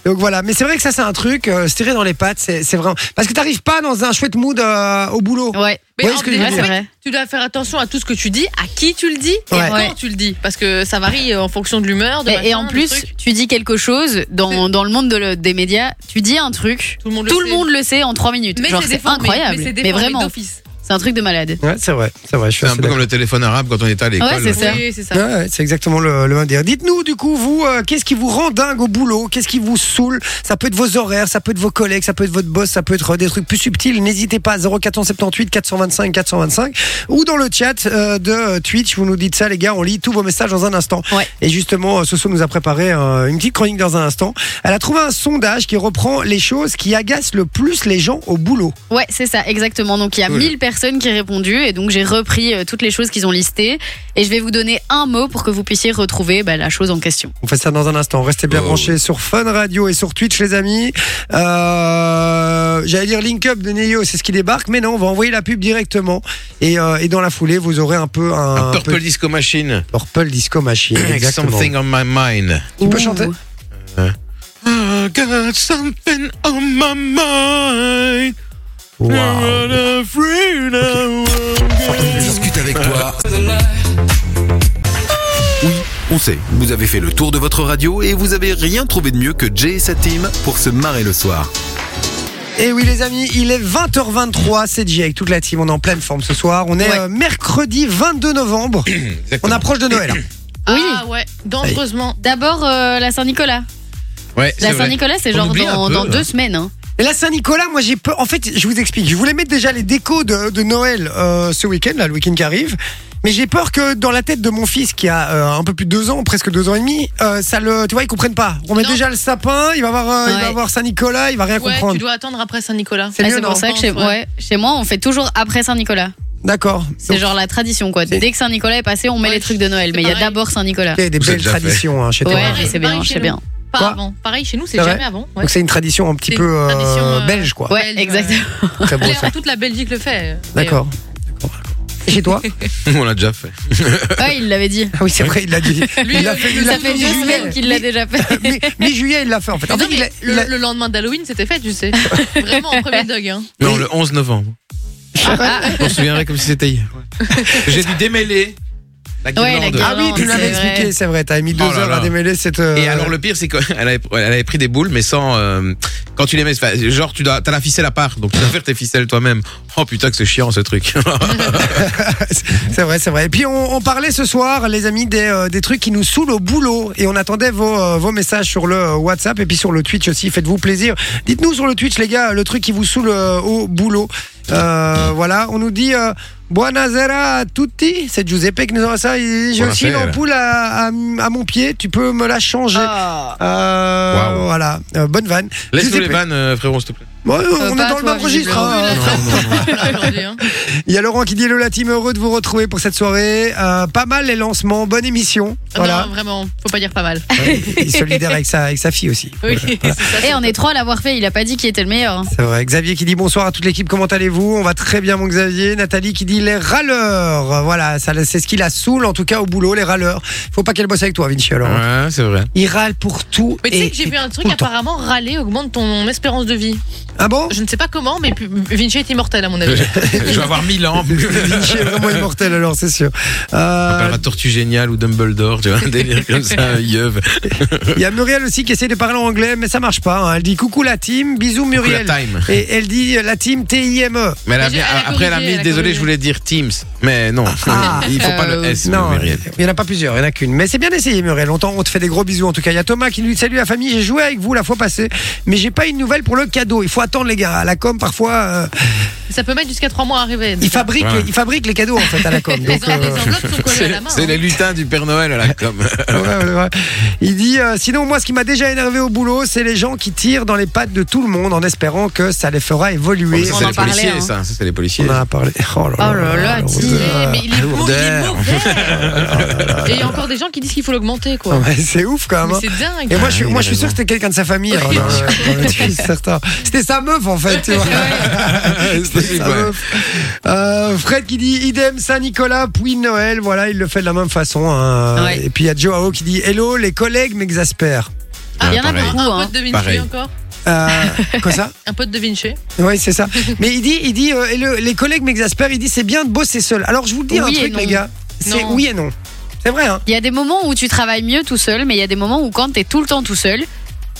Speaker 5: donc voilà. Mais c'est vrai que ça, c'est un truc, euh, se tirer dans les pattes, c'est c'est vraiment. Parce que t'arrives pas dans un chouette mood euh, au boulot.
Speaker 4: Ouais.
Speaker 2: Mais
Speaker 5: voyez
Speaker 2: en-
Speaker 5: ce que je veux
Speaker 2: déjà,
Speaker 5: dire
Speaker 2: oui, Tu dois faire attention à tout ce que tu dis, à qui tu le dis et
Speaker 5: Ouais.
Speaker 2: quand
Speaker 4: Ouais.
Speaker 2: tu le dis. Parce que ça varie euh, en fonction de l'humeur. de
Speaker 4: Et,
Speaker 2: machin,
Speaker 4: et en
Speaker 2: du
Speaker 4: plus,
Speaker 2: truc.
Speaker 4: tu dis quelque chose dans, dans le monde de le- des médias, tu dis un truc,
Speaker 2: tout le monde
Speaker 4: tout
Speaker 2: le
Speaker 4: le
Speaker 2: sait.
Speaker 4: monde le sait en 3 minutes.
Speaker 2: Mais
Speaker 4: Genre,
Speaker 2: c'est
Speaker 4: c'est
Speaker 2: déformé,
Speaker 4: incroyable.
Speaker 2: Mais c'est
Speaker 4: Mais
Speaker 2: déformé
Speaker 4: vraiment.
Speaker 2: d'office.
Speaker 4: C'est un truc de malade.
Speaker 5: Ouais, c'est vrai, c'est vrai. Je suis
Speaker 3: C'est un
Speaker 5: assez
Speaker 3: peu comme le téléphone arabe quand on était à l'école.
Speaker 4: Ouais, c'est ça.
Speaker 2: Oui, c'est ça.
Speaker 5: d'accord. Ouais, ouais, c'est exactement le, le même délire. Dites-nous du coup, vous, euh, qu'est-ce qui vous rend dingue au boulot Qu'est-ce qui vous saoule Ça peut être vos horaires, ça peut être vos collègues, ça peut être votre boss, ça peut être euh, des trucs plus subtils. N'hésitez pas 0478 425 425 ou dans le chat euh, de Twitch, vous nous dites ça les gars, on lit tous vos messages dans un instant.
Speaker 4: Ouais.
Speaker 5: Et justement, euh, Soso nous a préparé euh, une petite chronique dans un instant. Elle a trouvé un sondage qui reprend les choses qui agacent le plus les gens au boulot.
Speaker 4: Ouais, c'est ça, exactement. Donc il y a
Speaker 3: Cool.
Speaker 4: 1000 personnes qui ont répondu et donc j'ai repris euh, toutes les choses qu'ils ont listées et je vais vous donner un mot pour que vous puissiez retrouver bah, la chose en question.
Speaker 5: On fait ça dans un instant. Restez bien
Speaker 3: Oh.
Speaker 5: branchés sur Fun Radio et sur Twitch, les amis. Euh, J'allais dire Link Up de Neo, c'est ce qui débarque, mais non, on va envoyer la pub directement. Et, euh, et dans la foulée, vous aurez un peu un,
Speaker 3: Un Purple
Speaker 5: peu-
Speaker 3: Disco Machine.
Speaker 5: Purple Disco Machine. Exactement.
Speaker 3: Something on my mind.
Speaker 5: Tu peux
Speaker 4: Ouh.
Speaker 5: chanter
Speaker 3: I got something on my mind.
Speaker 5: Waouh.
Speaker 1: discute avec toi. Oui, on sait, vous avez fait le tour de votre radio et vous avez rien trouvé de mieux que Jay et sa team pour se marrer le soir.
Speaker 5: Et Eh oui les amis, il est 20h23, c'est DJ avec toute la team, on est en pleine forme ce soir. On est
Speaker 4: Ouais.
Speaker 5: euh, mercredi 22 novembre, on approche de Noël. hein.
Speaker 4: Oui.
Speaker 2: Ah ouais, dangereusement.
Speaker 4: D'abord euh, la Saint-Nicolas.
Speaker 3: Ouais, c'est
Speaker 4: La
Speaker 3: vrai.
Speaker 4: Saint-Nicolas, c'est
Speaker 3: On
Speaker 4: genre
Speaker 3: oublie un
Speaker 4: dans,
Speaker 3: peu,
Speaker 4: dans
Speaker 3: là.
Speaker 4: deux semaines. hein.
Speaker 5: Et là Saint-Nicolas, moi j'ai peur. En fait, je vous explique. Je voulais mettre déjà les décos de, de Noël euh, ce week-end, là, le week-end qui arrive. Mais j'ai peur que dans la tête de mon fils qui a euh, un peu plus de deux ans, presque deux ans et demi, euh, ça le, tu vois, il comprenne pas. On met
Speaker 2: Non.
Speaker 5: déjà le sapin, il va avoir, euh, il va
Speaker 4: Ouais.
Speaker 5: avoir Saint-Nicolas, il va rien
Speaker 2: Ouais, tu
Speaker 5: comprendre.
Speaker 2: dois attendre après Saint-Nicolas.
Speaker 5: C'est
Speaker 4: Ah,
Speaker 5: mieux,
Speaker 4: c'est
Speaker 5: non
Speaker 4: pour ça que chez,
Speaker 2: Ouais.
Speaker 4: ouais, chez moi, on fait toujours après Saint-Nicolas.
Speaker 5: D'accord.
Speaker 4: C'est
Speaker 5: Donc,
Speaker 4: genre la tradition, quoi.
Speaker 5: C'est-
Speaker 4: Dès que Saint-Nicolas est passé, on met
Speaker 2: Ouais,
Speaker 4: les trucs de Noël.
Speaker 2: c'est
Speaker 4: Mais il y a
Speaker 2: pareil.
Speaker 4: d'abord Saint-Nicolas.
Speaker 5: il y a des
Speaker 3: Vous
Speaker 5: belles
Speaker 3: êtes déjà
Speaker 5: traditions hein, chez toi.
Speaker 4: Ouais,
Speaker 5: hein.
Speaker 2: pareil
Speaker 4: c'est bien,
Speaker 2: chez
Speaker 4: c'est
Speaker 2: nous.
Speaker 4: bien.
Speaker 2: Pas
Speaker 5: Quoi
Speaker 2: avant. Pareil chez nous, c'est
Speaker 5: C'est vrai
Speaker 2: jamais avant. ouais.
Speaker 5: Donc c'est une tradition un petit
Speaker 2: C'est
Speaker 5: peu
Speaker 2: une
Speaker 5: euh,
Speaker 2: tradition, euh,
Speaker 5: belge quoi.
Speaker 4: Ouais,
Speaker 2: Belge,
Speaker 4: exactement.
Speaker 5: Très beau ça.
Speaker 2: Claire, toute la Belgique le fait.
Speaker 5: D'accord. D'accord. Et chez toi
Speaker 3: On l'a déjà fait.
Speaker 4: Ouais, il l'avait dit.
Speaker 5: Ah oui, c'est vrai, il l'a dit.
Speaker 2: Lui,
Speaker 5: il l'a
Speaker 2: lui,
Speaker 5: fait, il
Speaker 2: ça
Speaker 5: l'a
Speaker 4: Ça
Speaker 5: fait
Speaker 4: fait deux
Speaker 5: mi-juillet.
Speaker 4: semaines qu'il l'a déjà fait.
Speaker 5: Mi- Mi-juillet, il l'a fait en fait. En
Speaker 2: Non,
Speaker 5: fait, il
Speaker 2: mais
Speaker 5: a- il
Speaker 2: le,
Speaker 5: a-
Speaker 2: le lendemain d'Halloween, c'était fait, tu sais. Vraiment, en premier dog. Hein.
Speaker 3: Non,
Speaker 5: Oui.
Speaker 3: le 11 novembre. On se souviendrait comme si c'était hier. J'ai dû démêler la
Speaker 4: Ouais, la
Speaker 3: guirlande.
Speaker 4: guirlande.
Speaker 5: Ah oui, tu
Speaker 4: Non,
Speaker 5: l'avais
Speaker 4: c'est vrai.
Speaker 5: expliqué, c'est vrai. T'as mis deux
Speaker 3: Oh là
Speaker 5: heures à
Speaker 3: là.
Speaker 5: démêler cette. euh,
Speaker 3: Et alors le pire c'est qu'elle avait, ouais, elle avait pris des boules mais sans euh, quand tu les mets enfin, genre tu dois t'as la ficelle à part donc tu dois faire tes ficelles toi-même oh putain que c'est chiant ce truc
Speaker 5: C'est vrai, c'est vrai. Et puis on, on parlait ce soir, les amis, des, euh, des trucs qui nous saoulent au boulot. Et on attendait vos, euh, vos messages sur le euh, WhatsApp et puis sur le Twitch aussi. Faites-vous plaisir. Dites-nous sur le Twitch, les gars, le truc qui vous saoule euh, au boulot. Euh, voilà, on nous dit. Euh, Buonasera a tutti, c'est Giuseppe qui nous envoie ça. Il dit, J'ai aussi une
Speaker 3: Buonasera.
Speaker 5: ampoule à, à- à mon pied, tu peux me la changer.
Speaker 2: Ah.
Speaker 5: Euh,
Speaker 3: Wow.
Speaker 5: Voilà, Euh, bonne vanne.
Speaker 3: laisse-nous les
Speaker 5: Giuseppe.
Speaker 3: vannes euh, frérot s'il te plaît
Speaker 5: Ouais, on est
Speaker 4: pas
Speaker 5: dans le
Speaker 4: toi,
Speaker 5: même registre.
Speaker 4: visiblement.
Speaker 5: hein.
Speaker 2: Ah, Aujourd'hui, hein.
Speaker 5: Il y a Laurent qui dit Hello la team, heureux de vous retrouver pour cette soirée. Euh, pas mal les lancements, bonne émission. Voilà.
Speaker 2: Non, vraiment, faut pas dire pas mal.
Speaker 5: Ouais, Il est solidaire avec sa, avec sa fille aussi.
Speaker 2: Oui, c'est ça.
Speaker 4: Et Eh, on est trois à l'avoir fait. Il a pas dit qui était le meilleur. hein.
Speaker 5: C'est vrai. Xavier qui dit bonsoir à toute l'équipe, comment allez-vous On va très bien, mon Xavier. Nathalie qui dit les râleurs. Voilà, ça, c'est ce qui la saoule, en tout cas au boulot, les râleurs. Faut pas qu'elle bosse avec toi, Vinci, alors.
Speaker 3: ouais c'est vrai
Speaker 5: Il râle pour tout.
Speaker 2: Mais tu
Speaker 5: et-
Speaker 2: sais que j'ai vu un
Speaker 5: tout
Speaker 2: truc,
Speaker 5: le temps.
Speaker 2: apparemment, râler augmente ton espérance de vie.
Speaker 5: Ah bon
Speaker 2: Je ne sais pas comment, mais pu- Vinci est immortel à mon avis.
Speaker 3: je vais avoir 1000 ans
Speaker 5: Vinci est vraiment immortel, alors, c'est sûr. Euh,
Speaker 3: Par la tortue géniale ou Dumbledore tu vois un délire comme ça yeuve
Speaker 5: Il y a Muriel aussi qui essaie de parler en anglais, mais ça marche pas. hein. Elle dit coucou la team, bisous Muriel.
Speaker 3: time
Speaker 5: Et elle dit la team T-I-M-E.
Speaker 3: mais elle a
Speaker 2: Mais j'ai-
Speaker 3: bien-
Speaker 2: elle a
Speaker 3: après elle a
Speaker 2: corrigé,
Speaker 3: mis
Speaker 2: elle a
Speaker 3: désolé
Speaker 2: corrigé.
Speaker 3: je voulais dire Teams mais non
Speaker 5: Ah.
Speaker 3: il faut pas
Speaker 2: Euh,
Speaker 3: le S
Speaker 5: Non,
Speaker 3: Muriel.
Speaker 5: il n'y en a pas plusieurs, il n'y en a qu'une. Mais c'est bien essayé, Muriel. On, t'en- on te fait des gros bisous en tout cas. Il y a Thomas qui nous dit Salut la famille, j'ai joué avec vous la fois passée, mais j'ai pas une nouvelle pour le cadeau. Il faut attendre, les gars. À la com, parfois, euh,
Speaker 2: Ça peut mettre jusqu'à 3 mois à arriver.
Speaker 5: ils, fabriquent,
Speaker 3: Ouais.
Speaker 5: les- ils fabriquent les cadeaux en fait à la com.
Speaker 2: Les
Speaker 5: Donc,
Speaker 2: en- les
Speaker 5: euh,
Speaker 2: enveloppes sont collées à la main.
Speaker 3: c'est
Speaker 2: hein.
Speaker 3: les lutins du Père Noël à la com
Speaker 5: Ouais, ouais, ouais. Il dit euh, sinon moi ce qui m'a déjà énervé au boulot c'est les gens qui tirent dans les pattes de tout le monde en espérant que ça les fera évoluer.
Speaker 3: ça
Speaker 4: on
Speaker 3: Oh, c'est
Speaker 4: en
Speaker 3: les
Speaker 4: parlait,
Speaker 3: policiers
Speaker 4: hein.
Speaker 3: ça ça c'est les policiers
Speaker 5: on a parlé. Oh là
Speaker 4: Oh là là,
Speaker 5: la
Speaker 4: dis-
Speaker 2: Mais- Mais
Speaker 5: lourdeur.
Speaker 2: il est mau- il est
Speaker 3: Lourdeur.
Speaker 5: Ah,
Speaker 2: mauvais. Et il y a encore des gens qui disent qu'il faut l'augmenter,
Speaker 5: Non,
Speaker 2: quoi.
Speaker 5: mais c'est ouf quand même.
Speaker 2: Mais
Speaker 5: hein.
Speaker 2: c'est dingue.
Speaker 5: Et moi, je suis,
Speaker 3: Ah,
Speaker 5: moi,
Speaker 3: il
Speaker 5: je
Speaker 3: a
Speaker 5: suis sûr que
Speaker 3: raison.
Speaker 5: c'était quelqu'un de sa famille. alors, dans le- dans le tweet, c'est certain. C'était sa meuf, en fait. tu
Speaker 2: Ah,
Speaker 5: vois. C'était
Speaker 3: C'est
Speaker 5: sa
Speaker 3: possible, ouais.
Speaker 5: meuf. Euh, Fred qui dit idem Saint-Nicolas, puis Noël. Voilà, il le fait de la même façon. hein.
Speaker 4: Ouais.
Speaker 5: Et puis il y a Joao qui dit Hello, les collègues m'exaspèrent.
Speaker 4: Ah, il y en a
Speaker 3: pareil.
Speaker 4: beaucoup.
Speaker 2: Un
Speaker 4: hein.
Speaker 2: pote de Vinci
Speaker 3: Pareil.
Speaker 2: encore
Speaker 5: Euh, quoi ça
Speaker 2: Un pote de Vinci
Speaker 5: Oui, c'est ça. Mais il dit, il dit euh, et le- les collègues m'exaspèrent. Il dit c'est bien de bosser seul. Alors je vous le dis
Speaker 4: Oui
Speaker 5: un
Speaker 4: et
Speaker 5: truc,
Speaker 4: non.
Speaker 5: les gars. C'est
Speaker 2: Non.
Speaker 5: oui et non. C'est vrai, hein
Speaker 4: Il y a des moments où tu travailles mieux tout seul, mais il y a des moments où quand t'es tout le temps tout seul,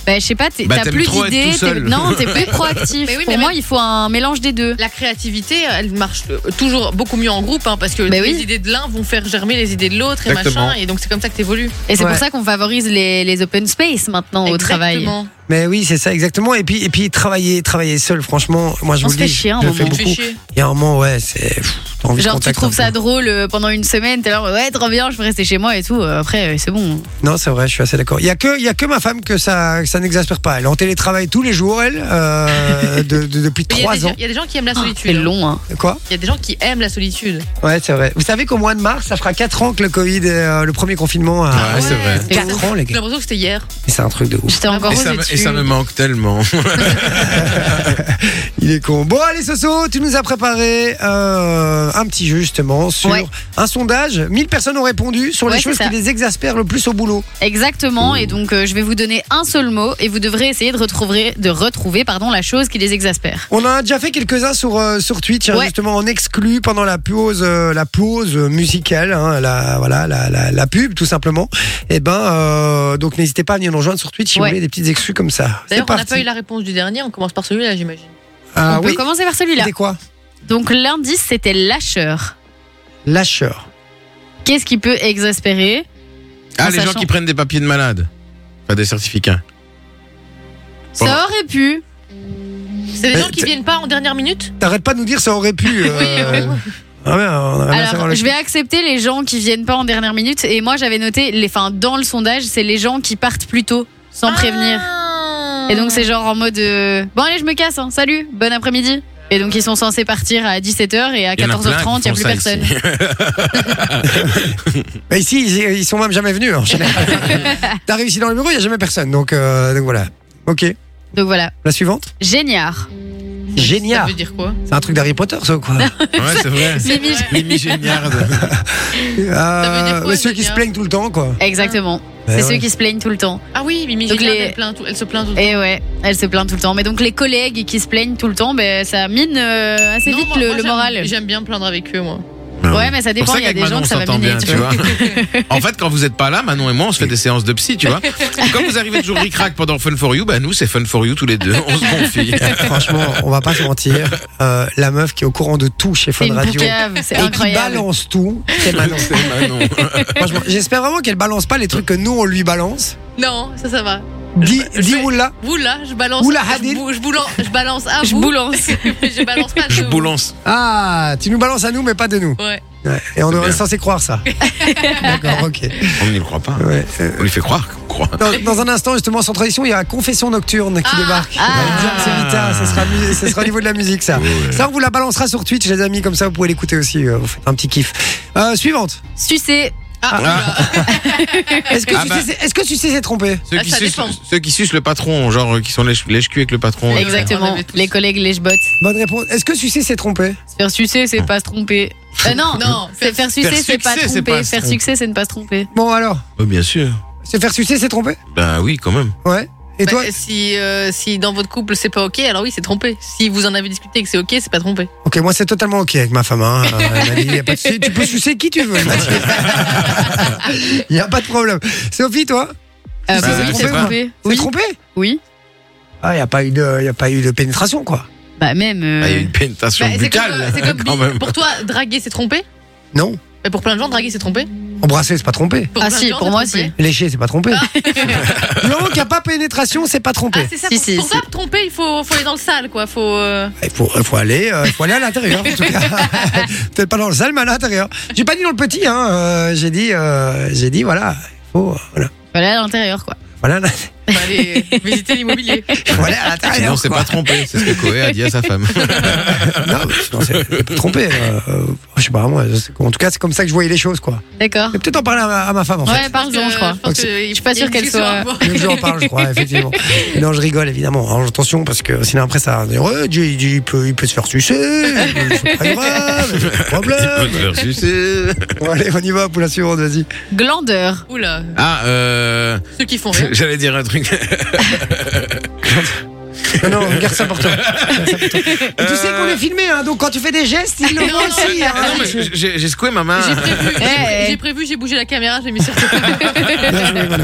Speaker 4: Bah, je sais pas, t'es-
Speaker 3: Bah,
Speaker 4: t'as
Speaker 3: t'aimes
Speaker 4: plus
Speaker 3: trop être
Speaker 4: d'idées,
Speaker 3: tout
Speaker 4: t'es-
Speaker 3: seul.
Speaker 4: non, t'es plus proactif.
Speaker 2: Mais oui,
Speaker 4: Pour
Speaker 2: mais
Speaker 4: moi,
Speaker 2: même-
Speaker 4: il faut un mélange des deux.
Speaker 2: La créativité, elle marche euh, toujours beaucoup mieux en groupe, hein, parce que
Speaker 4: Mais
Speaker 2: les
Speaker 4: Ben oui.
Speaker 2: idées de l'un vont faire germer les idées de l'autre et
Speaker 3: Exactement.
Speaker 2: machin, et donc c'est comme ça que t'évolues.
Speaker 4: Et c'est
Speaker 5: Ouais.
Speaker 4: pour ça qu'on favorise les, les open space maintenant au travail.
Speaker 2: Exactement.
Speaker 5: Mais oui, c'est ça exactement. Et puis, et puis travailler, travailler seul, franchement, moi je
Speaker 4: On
Speaker 5: vous
Speaker 4: se
Speaker 5: le
Speaker 4: fait
Speaker 5: dis,
Speaker 4: chier, un
Speaker 5: je le
Speaker 4: moment.
Speaker 5: fais
Speaker 4: On
Speaker 2: Tu fais
Speaker 5: beaucoup.
Speaker 2: chier.
Speaker 5: Il y a un moment, ouais, c'est. pff, t'as envie de
Speaker 4: Genre, tu
Speaker 5: contact
Speaker 4: trouves
Speaker 5: un
Speaker 4: ça
Speaker 5: peu.
Speaker 4: drôle euh, pendant une semaine, t'es là, ouais, trop bien, je peux rester chez moi et tout. euh, Après, euh, c'est bon.
Speaker 5: Non, c'est vrai, je suis assez d'accord. Il y a que, il y a que ma femme que ça, que ça n'exaspère pas. Elle est en télétravail tous les jours, elle, euh, de- de- depuis
Speaker 2: Mais Il y, a des
Speaker 5: trois ans.
Speaker 2: gens- il y a des gens qui aiment la
Speaker 4: C'est
Speaker 2: solitude. hein.
Speaker 4: long, hein.
Speaker 5: Quoi
Speaker 2: Il y a des gens qui aiment la solitude.
Speaker 5: Ouais, c'est vrai. Vous savez qu'au mois de mars, ça fera 4 ans que le Covid, est, euh, le premier confinement, a.
Speaker 3: Ouais, c'est vrai.
Speaker 4: Et
Speaker 5: 4 ans, les
Speaker 2: J'ai
Speaker 5: gars.
Speaker 2: l'impression que c'était hier.
Speaker 5: C'est un truc de ouf.
Speaker 4: J'étais encore
Speaker 3: Et
Speaker 4: aux
Speaker 3: ça, me- et ça
Speaker 4: études.
Speaker 3: me manque tellement.
Speaker 5: Il est con. Bon, allez, Soso, tu nous as préparé euh, un petit jeu, justement, sur
Speaker 4: Ouais.
Speaker 5: un sondage. 1000 personnes ont répondu sur
Speaker 4: Ouais,
Speaker 5: les
Speaker 4: c'est
Speaker 5: choses
Speaker 4: ça.
Speaker 5: qui les exaspèrent le plus au boulot.
Speaker 4: Exactement, et donc euh, je vais vous donner un seul mot et vous devrez essayer de retrouver, de retrouver pardon, la chose qui les exaspère.
Speaker 5: On en a déjà fait quelques-uns sur, euh, sur Twitch, hein,
Speaker 4: Ouais.
Speaker 5: justement, en exclu pendant la pause, euh, la pause musicale, hein, la, voilà, la, la, la pub, tout simplement. Et ben, euh, donc, n'hésitez pas à venir nous rejoindre sur Twitch si
Speaker 4: Ouais.
Speaker 5: vous voulez des petites exclus comme ça. C'est
Speaker 2: D'ailleurs, on n'a
Speaker 5: parti.
Speaker 2: pas eu la réponse du dernier, on commence par celui-là, j'imagine.
Speaker 5: Ah
Speaker 4: on peut
Speaker 5: oui,
Speaker 4: commencer par celui-là.
Speaker 5: c'était quoi
Speaker 4: Donc l'indice, c'était lâcheur.
Speaker 5: Lâcheur.
Speaker 4: Qu'est-ce qui peut exaspérer
Speaker 3: Ah,
Speaker 4: En
Speaker 3: les gens
Speaker 4: sachant-
Speaker 3: qui prennent des papiers de malade. Pas des certificats.
Speaker 4: Ça aurait pu.
Speaker 2: C'est des
Speaker 5: Mais
Speaker 2: gens qui
Speaker 5: t'es-
Speaker 2: viennent pas en dernière minute
Speaker 5: T'arrêtes pas de nous dire ça aurait pu. euh, ah ouais, on aimerait bien savoir
Speaker 4: Alors,
Speaker 5: le-
Speaker 4: je vais accepter les gens qui viennent pas en dernière minute. Et moi, j'avais noté, les, enfin, dans le sondage, c'est les gens qui partent plus tôt, sans prévenir.
Speaker 2: Ah.
Speaker 4: Et donc, c'est genre en mode euh, Bon, allez, je me casse, hein, salut, bon après-midi. Et donc, ils sont censés partir à 17h et à
Speaker 3: Il y en a plein qui
Speaker 4: 14h30, il n'y a
Speaker 3: font
Speaker 4: plus
Speaker 3: ça
Speaker 4: personne.
Speaker 3: ici.
Speaker 5: Bah ici, ils, ils sont même jamais venus. en général. T'arrives ici dans le bureau, il n'y a jamais personne. Donc, euh, donc voilà. Ok.
Speaker 4: Donc, voilà.
Speaker 5: La suivante.
Speaker 4: Géniard.
Speaker 2: Ça veut
Speaker 5: Génial.
Speaker 2: dire quoi
Speaker 5: C'est un truc d'Harry Potter, ça ou quoi
Speaker 3: Ouais, c'est vrai.
Speaker 4: Mimi-
Speaker 2: vrai.
Speaker 3: Mimi Géniarde.
Speaker 5: euh,
Speaker 2: quoi,
Speaker 5: mais Ceux qui
Speaker 2: génial
Speaker 5: se plaignent tout le temps, quoi.
Speaker 4: Exactement.
Speaker 5: Ouais,
Speaker 4: C'est
Speaker 3: Bah
Speaker 5: ouais.
Speaker 4: ceux qui se plaignent tout le temps.
Speaker 2: Ah oui, Mimi,
Speaker 4: Donc
Speaker 2: Gilliard,
Speaker 4: les-
Speaker 2: elle, plaint tout- elle se plaint tout le temps.
Speaker 4: Et ouais, elle se plaint tout le temps. Mais donc les collègues qui se plaignent tout le temps, ben, ça mine euh, assez
Speaker 2: Non,
Speaker 4: vite
Speaker 2: moi-
Speaker 4: le,
Speaker 2: moi,
Speaker 4: le
Speaker 2: j'aime-
Speaker 4: moral.
Speaker 2: J'aime bien plaindre avec eux, moi.
Speaker 4: Ouais, mais ça
Speaker 3: C'est
Speaker 4: dépend.
Speaker 3: pour ça
Speaker 4: Il y a
Speaker 3: qu'avec
Speaker 4: des gens
Speaker 3: Manon, on
Speaker 4: que ça va
Speaker 3: s'entend
Speaker 4: miner.
Speaker 3: bien,
Speaker 4: tu
Speaker 3: tu
Speaker 4: vois.
Speaker 3: vois. en fait, quand vous êtes pas là, Manon et moi, on se fait des séances de psy, tu vois. Et Quand vous arrivez toujours ric-rac pendant Fun for You, bah nous, c'est Fun for You tous les deux. On se confie.
Speaker 5: Franchement, on va pas se mentir. euh, la meuf qui est au courant de tout chez
Speaker 4: C'est
Speaker 5: Fun
Speaker 4: une
Speaker 5: Radio.
Speaker 4: poucave, c'est
Speaker 5: Et qui
Speaker 4: incroyable.
Speaker 5: balance tout, c'est Manon.
Speaker 3: C'est Manon.
Speaker 5: Franchement, j'espère vraiment qu'elle balance pas les trucs que nous on lui balance.
Speaker 2: Non, ça, ça va.
Speaker 5: Dis,
Speaker 2: Je-
Speaker 5: dis
Speaker 2: je-
Speaker 5: oula.
Speaker 2: Vous là, je balance.
Speaker 5: Oula,
Speaker 2: je,
Speaker 5: Hadid.
Speaker 2: bou- je boulan- je balance à
Speaker 4: Je
Speaker 2: vous.
Speaker 4: boulance.
Speaker 2: mais je balance pas. à
Speaker 3: Je
Speaker 2: vous.
Speaker 3: boulance.
Speaker 5: Ah, tu nous balances à nous, mais pas de nous.
Speaker 2: Ouais.
Speaker 5: Ouais, Et on
Speaker 3: C'est
Speaker 5: est
Speaker 3: bien.
Speaker 5: censé croire ça. D'accord, ok.
Speaker 3: On n'y le croit pas.
Speaker 5: Ouais, euh,
Speaker 3: On lui fait croire qu'on croit.
Speaker 5: Dans, dans un instant, justement, sans tradition, il y a Confession Nocturne qui
Speaker 2: Ah,
Speaker 5: débarque.
Speaker 4: ah.
Speaker 5: Diams et Vita, ça sera, mu- ça sera au niveau de la musique, ça. Ça, on vous la balancera sur Twitch, les amis, comme ça, vous pouvez l'écouter aussi. euh, vous faites un petit kiff. Euh, suivante.
Speaker 4: Sucer.
Speaker 2: Ah, oula.
Speaker 5: Est-ce que,
Speaker 3: Ah
Speaker 5: tu
Speaker 3: bah.
Speaker 5: sais- est-ce que tu sais s'est trompé
Speaker 3: Ceux,
Speaker 2: Ah,
Speaker 3: qui
Speaker 2: ça
Speaker 3: sucent,
Speaker 2: dépend.
Speaker 3: ceux qui sucent le patron, genre euh, qui sont lèche lèche-cul avec le patron.
Speaker 2: ouais, on
Speaker 4: Exactement.
Speaker 2: avait tous.
Speaker 4: Les collègues, les bottes.
Speaker 5: Bonne réponse. Est-ce que tu sais s'est trompé
Speaker 4: Faire sucer, c'est pas se tromper. Euh, non,
Speaker 2: Non,
Speaker 4: C'est faire sucer,
Speaker 3: faire
Speaker 4: c'est pas
Speaker 3: succès, c'est
Speaker 4: tromper.
Speaker 3: pas se
Speaker 4: Faire
Speaker 3: tromper.
Speaker 4: succès, c'est ne pas se tromper.
Speaker 5: Bon, alors,
Speaker 3: Oh, bien sûr.
Speaker 5: se faire sucer s'est trompé
Speaker 3: Bah oui, quand même.
Speaker 5: Ouais. Et
Speaker 2: Bah,
Speaker 5: toi
Speaker 2: si, euh, si dans votre couple c'est pas ok, alors oui, c'est trompé. Si vous en avez discuté et que c'est ok, c'est pas trompé.
Speaker 4: Bah,
Speaker 5: Ok, moi, c'est totalement ok avec ma femme. Hein. Euh, Elle m'a dit, y a pas de souci. Tu peux sucer qui tu veux. elle m'a dit. Il n'y a pas de problème. Sophie, toi
Speaker 4: Euh,
Speaker 5: Bah,
Speaker 4: bah
Speaker 5: je
Speaker 4: oui,
Speaker 5: sais
Speaker 4: se
Speaker 5: pas.
Speaker 4: tromper.
Speaker 5: S'est
Speaker 4: Oui.
Speaker 5: trompé
Speaker 4: Oui.
Speaker 5: Ah, il n'y a, pas eu de- y a pas eu de pénétration, quoi.
Speaker 4: Bah même. euh,
Speaker 3: Ah, Il y a une pénétration
Speaker 2: Bah, c'est comme,
Speaker 3: buccale.
Speaker 2: euh, c'est comme
Speaker 3: quand
Speaker 2: bi-
Speaker 3: même.
Speaker 2: pour toi, draguer c'est trompé.
Speaker 5: Non.
Speaker 2: Mais pour plein de gens, draguer c'est trompé.
Speaker 5: Embrasser, c'est pas trompé.
Speaker 2: Pour
Speaker 4: Ah
Speaker 2: plein de
Speaker 4: si,
Speaker 2: gens,
Speaker 4: pour
Speaker 2: c'est
Speaker 4: moi,
Speaker 2: trompé.
Speaker 4: si.
Speaker 5: Lécher, c'est pas trompé. Du moment qu'il n'y a pas pénétration, c'est pas
Speaker 2: Ah,
Speaker 5: trompé.
Speaker 2: c'est ça.
Speaker 4: Si,
Speaker 2: pour
Speaker 4: si,
Speaker 2: pour
Speaker 4: si.
Speaker 2: ça, tromper, il faut, faut aller dans le sale, quoi. Faut. euh,
Speaker 5: Il faut, il faut aller, euh, il faut aller à l'intérieur, en tout cas. Peut-être pas dans le salle, mais à l'intérieur. J'ai pas dit dans le petit, hein. euh, j'ai dit, euh, j'ai dit, voilà. il faut, euh, voilà.
Speaker 4: Voilà à l'intérieur quoi.
Speaker 5: Voilà, là-
Speaker 2: faut aller visiter l'immobilier.
Speaker 5: faut aller à l'intérieur.
Speaker 3: Sinon, c'est
Speaker 5: quoi.
Speaker 3: pas trompé. C'est ce que Coé a dit à sa femme.
Speaker 5: Non, mais sinon, c'est c'est pas trompé. euh, euh, je sais pas, moi. c'est- En tout cas, c'est comme ça que je voyais les choses, quoi.
Speaker 4: D'accord.
Speaker 5: Mais peut-être en parler à ma, à ma femme, en fait.
Speaker 4: Ouais, bah- parle-en, je crois.
Speaker 5: pense que-
Speaker 2: Je
Speaker 4: suis pas sûre qu'elle soit-
Speaker 5: Donc, je lui en parle, je crois, effectivement. Non, je rigole, évidemment. Alors, attention, parce que sinon, après, ça. va dire, Ouais, Jay, il, dit, il peut, il peut se faire sucer. C'est pas grave, c'est pas de problème. Bon, allez, on y va pour la suivante, vas-y.
Speaker 4: Glandeur.
Speaker 2: Oula,
Speaker 3: Ah, euh,
Speaker 2: ceux qui font rien.
Speaker 3: j'allais dire un truc.
Speaker 5: Non, non, regarde ça pour toi. Regarde ça pour toi. Et tu sais qu'on est filmé, hein, donc quand tu fais des gestes, il le voit aussi. hein.
Speaker 3: Ah Euh. non, mais j'ai- j'ai j'ai secoué ma main.
Speaker 2: J'ai prévu, j'ai-
Speaker 4: Eh, eh.
Speaker 2: j'ai prévu, j'ai bougé la caméra, j'ai mis sur côté.
Speaker 5: Bien joué, voilà.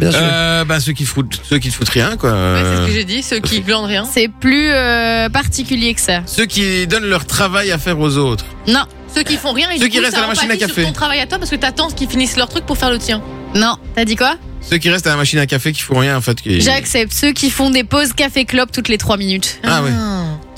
Speaker 5: Bien joué.
Speaker 3: Euh, bah, ceux qui foutent, ceux qui te foutent rien, quoi.
Speaker 2: Ouais, c'est ce que j'ai dit, ceux qui glandent rien.
Speaker 4: C'est plus euh, particulier que ça.
Speaker 3: Ceux qui donnent leur travail à faire aux autres.
Speaker 4: Non,
Speaker 2: Ceux qui font rien, et
Speaker 3: Ceux
Speaker 2: du
Speaker 3: qui
Speaker 2: coup,
Speaker 3: restent
Speaker 2: ça
Speaker 3: à la machine à
Speaker 2: empathie
Speaker 3: café.
Speaker 2: sur ton travail à toi parce que t'attends qu'ils finissent leur truc pour faire le tien.
Speaker 4: non. T'as dit quoi
Speaker 3: Ceux qui restent à la machine à café qui font rien, en fait. Qui...
Speaker 4: J'accepte. Ceux qui font des pauses café-clope toutes les 3 minutes.
Speaker 3: Ah ouais.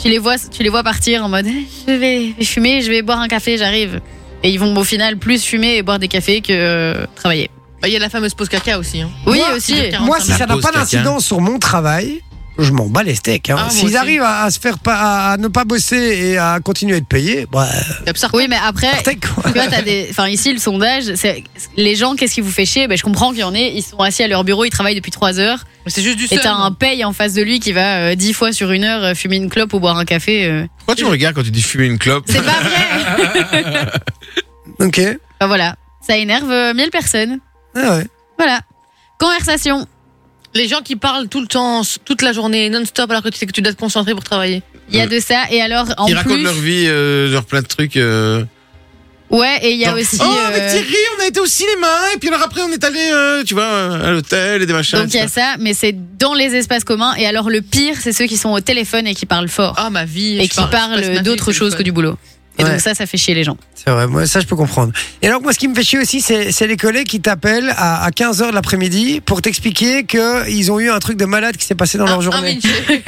Speaker 4: Tu les vois, tu les vois partir en mode eh, je vais je vais fumer, je vais boire un café, j'arrive. Et ils vont au final plus fumer et boire des cafés que euh, travailler.
Speaker 2: Bah, il y a la fameuse pause caca aussi. hein.
Speaker 4: Oui,
Speaker 5: Moi,
Speaker 4: aussi.
Speaker 2: c'est le cas.
Speaker 5: Moi, si
Speaker 3: La
Speaker 5: ça n'a
Speaker 3: pause
Speaker 5: pas
Speaker 3: caca.
Speaker 5: d'incidence sur mon travail, je m'en bats les steaks. hein.
Speaker 2: Ah, moi
Speaker 5: S'ils
Speaker 2: aussi.
Speaker 5: arrivent à, à se faire pas, à ne pas bosser et à continuer à être payés, bah,
Speaker 2: T'as psar-
Speaker 4: Oui, mais après,
Speaker 5: partez, quoi.
Speaker 4: Tu vois, t'as des... enfin, ici, le sondage, c'est les gens, qu'est-ce qui vous fait chier ben, Je comprends qu'il y en ait, ils sont assis à leur bureau, ils travaillent depuis 3 heures,
Speaker 2: Mais C'est juste du
Speaker 4: et
Speaker 2: seum.
Speaker 4: t'as un paye en face de lui qui va euh, 10 fois sur une heure euh, fumer une clope ou boire un café. euh.
Speaker 3: Pourquoi tu me regardes quand tu dis fumer une clope
Speaker 4: C'est pas vrai
Speaker 5: Ok.
Speaker 4: Enfin voilà, ça énerve euh, 1000 personnes.
Speaker 5: Ah ouais.
Speaker 4: Voilà. Conversation.
Speaker 2: Les gens qui parlent tout le temps, s- toute la journée, non-stop, alors que tu sais que tu dois te concentrer pour travailler.
Speaker 4: Il y a de ça, et alors en
Speaker 3: Euh, Ils racontent
Speaker 4: plus.
Speaker 3: leur vie, euh, genre plein de trucs. euh,
Speaker 4: Ouais, et il y a
Speaker 3: genre,
Speaker 4: aussi.
Speaker 3: Oh,
Speaker 4: euh,
Speaker 3: avec Thierry, on a été au cinéma, et puis alors après, on est allé, euh, tu vois, euh, à l'hôtel et des machins.
Speaker 4: Donc il y a ça, mais c'est dans les espaces communs, et alors le pire, c'est ceux qui sont au téléphone et qui parlent fort.
Speaker 2: Ah, ma vie.
Speaker 4: et
Speaker 2: je
Speaker 4: qui
Speaker 2: parle- je passe ma vie
Speaker 4: parlent
Speaker 2: au
Speaker 4: d'autres choses que
Speaker 2: téléphone.
Speaker 4: du boulot. Et
Speaker 5: Ouais.
Speaker 4: donc ça, ça fait chier les gens.
Speaker 5: C'est vrai, moi, ça je peux comprendre. Et alors, moi, ce qui me fait chier aussi, c'est c'est les collègues qui t'appellent à, 15h de l'après-midi pour t'expliquer qu'ils ont eu un truc de malade qui s'est passé dans
Speaker 2: Un-
Speaker 5: leur
Speaker 2: un
Speaker 5: journée.
Speaker 2: minute.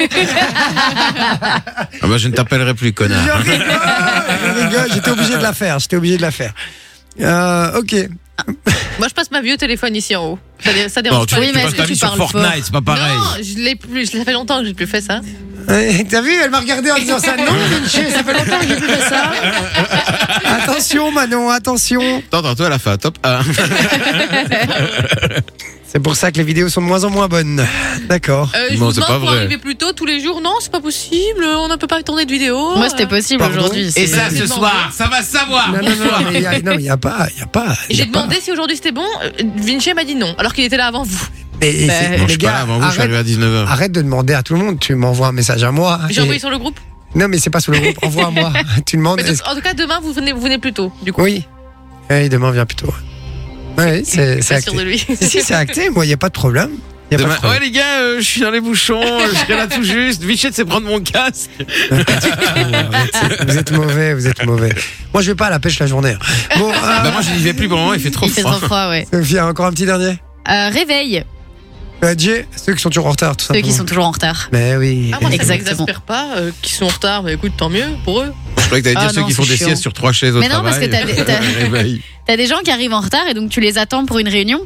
Speaker 3: Ah bah, je ne t'appellerai plus,
Speaker 5: Je
Speaker 3: connard.
Speaker 5: rigole, je rigole, j'étais obligé de la faire, j'étais obligé de la faire. Euh, ok.
Speaker 2: Moi, je passe ma vie au téléphone ici en haut. Ça, dé- ça dérange
Speaker 3: Non, tu,
Speaker 2: pas.
Speaker 4: Oui,
Speaker 3: tu
Speaker 4: mais
Speaker 3: passes
Speaker 4: est-ce
Speaker 3: ta
Speaker 4: que
Speaker 3: vie
Speaker 4: tu
Speaker 3: sur
Speaker 4: parles fort
Speaker 3: Fortnite, c'est pas pareil.
Speaker 2: Non, je l'ai plus. Ça fait longtemps que j'ai plus fait ça.
Speaker 5: Ouais, T'as vu, elle m'a regardé en disant ça. Non, Vinci, ça fait longtemps que j'ai plus fait ça.
Speaker 2: Ah
Speaker 5: Attention, Manon, attention.
Speaker 3: Attends, attends, toi, elle a fait un top 1.
Speaker 5: C'est pour ça que les vidéos sont de moins en moins bonnes. D'accord.
Speaker 2: Euh, je
Speaker 3: Non,
Speaker 2: vous
Speaker 3: c'est
Speaker 2: demande
Speaker 3: pas
Speaker 2: pour
Speaker 3: vrai.
Speaker 2: arriver plus tôt tous les jours. Non, c'est pas possible. On ne peut pas tourner de vidéo.
Speaker 4: Moi, c'était possible
Speaker 5: Pardon
Speaker 4: aujourd'hui.
Speaker 3: Et
Speaker 4: c'est-
Speaker 3: ça, ce soir, ça va savoir.
Speaker 5: Non, non, non, mais il y a- non, mais il n'y a pas. il Y a pas il y a
Speaker 2: Ah, J'ai
Speaker 5: pas.
Speaker 2: demandé si aujourd'hui c'était bon. Euh, Vinci m'a dit non, alors qu'il était là avant vous.
Speaker 5: Mais et c'est-
Speaker 3: Non, Bah, je
Speaker 5: les
Speaker 3: suis pas là
Speaker 5: gars,
Speaker 3: avant vous, je suis
Speaker 5: arrête,
Speaker 3: arrivé à 19h.
Speaker 4: Ah,
Speaker 5: arrête de demander à tout le monde. Tu m'envoies un message à moi.
Speaker 2: J'ai
Speaker 5: Et-
Speaker 2: envoyé sur le groupe.
Speaker 5: Non, mais c'est pas sous le groupe. Envoie à moi. Tu demandes.
Speaker 2: Mais donc,
Speaker 5: est-ce-
Speaker 2: en tout cas, demain, vous venez, vous venez plus tôt. Du coup,
Speaker 5: Oui. Oui, demain, viens plus tôt. Oui, c'est c'est
Speaker 2: pas sûr de
Speaker 5: acté.
Speaker 2: lui.
Speaker 5: Si, si, c'est acté. Moi, il n'y a pas de problème. Il n'y a pas
Speaker 3: Demain-
Speaker 5: de problème.
Speaker 3: ouais les gars, euh, je suis dans les bouchons, euh, je serai là tout juste. Vichette c'est prendre mon casque.
Speaker 5: Vous êtes mauvais, vous êtes mauvais. Moi, je vais pas à la pêche la journée. Bon, euh,
Speaker 3: Bah moi je n'y vais plus pour le moment, il fait trop
Speaker 4: Ah. Il fait
Speaker 3: froid.
Speaker 4: trop froid, ouais.
Speaker 5: Sophie, encore un petit dernier.
Speaker 4: Euh, réveil,
Speaker 5: Euh, Jay, ceux qui sont toujours en retard, tout
Speaker 4: ceux
Speaker 5: simplement.
Speaker 4: qui sont toujours en retard.
Speaker 5: Mais oui.
Speaker 2: Ah, moi, ça
Speaker 4: Exactement.
Speaker 2: m'exaspère pas. euh, qui sont en retard, mais écoute, tant mieux pour eux.
Speaker 3: Je croyais que t'allais dire
Speaker 4: Ah
Speaker 3: ceux
Speaker 4: non,
Speaker 3: qui font
Speaker 4: c'est
Speaker 3: des
Speaker 4: chiant.
Speaker 3: siestes sur trois chaises au
Speaker 4: Mais non, parce
Speaker 3: travail. Bah,
Speaker 4: que t'as des- t'as-
Speaker 3: Réveil.
Speaker 4: T'as des gens qui arrivent en retard et donc tu les attends pour une réunion,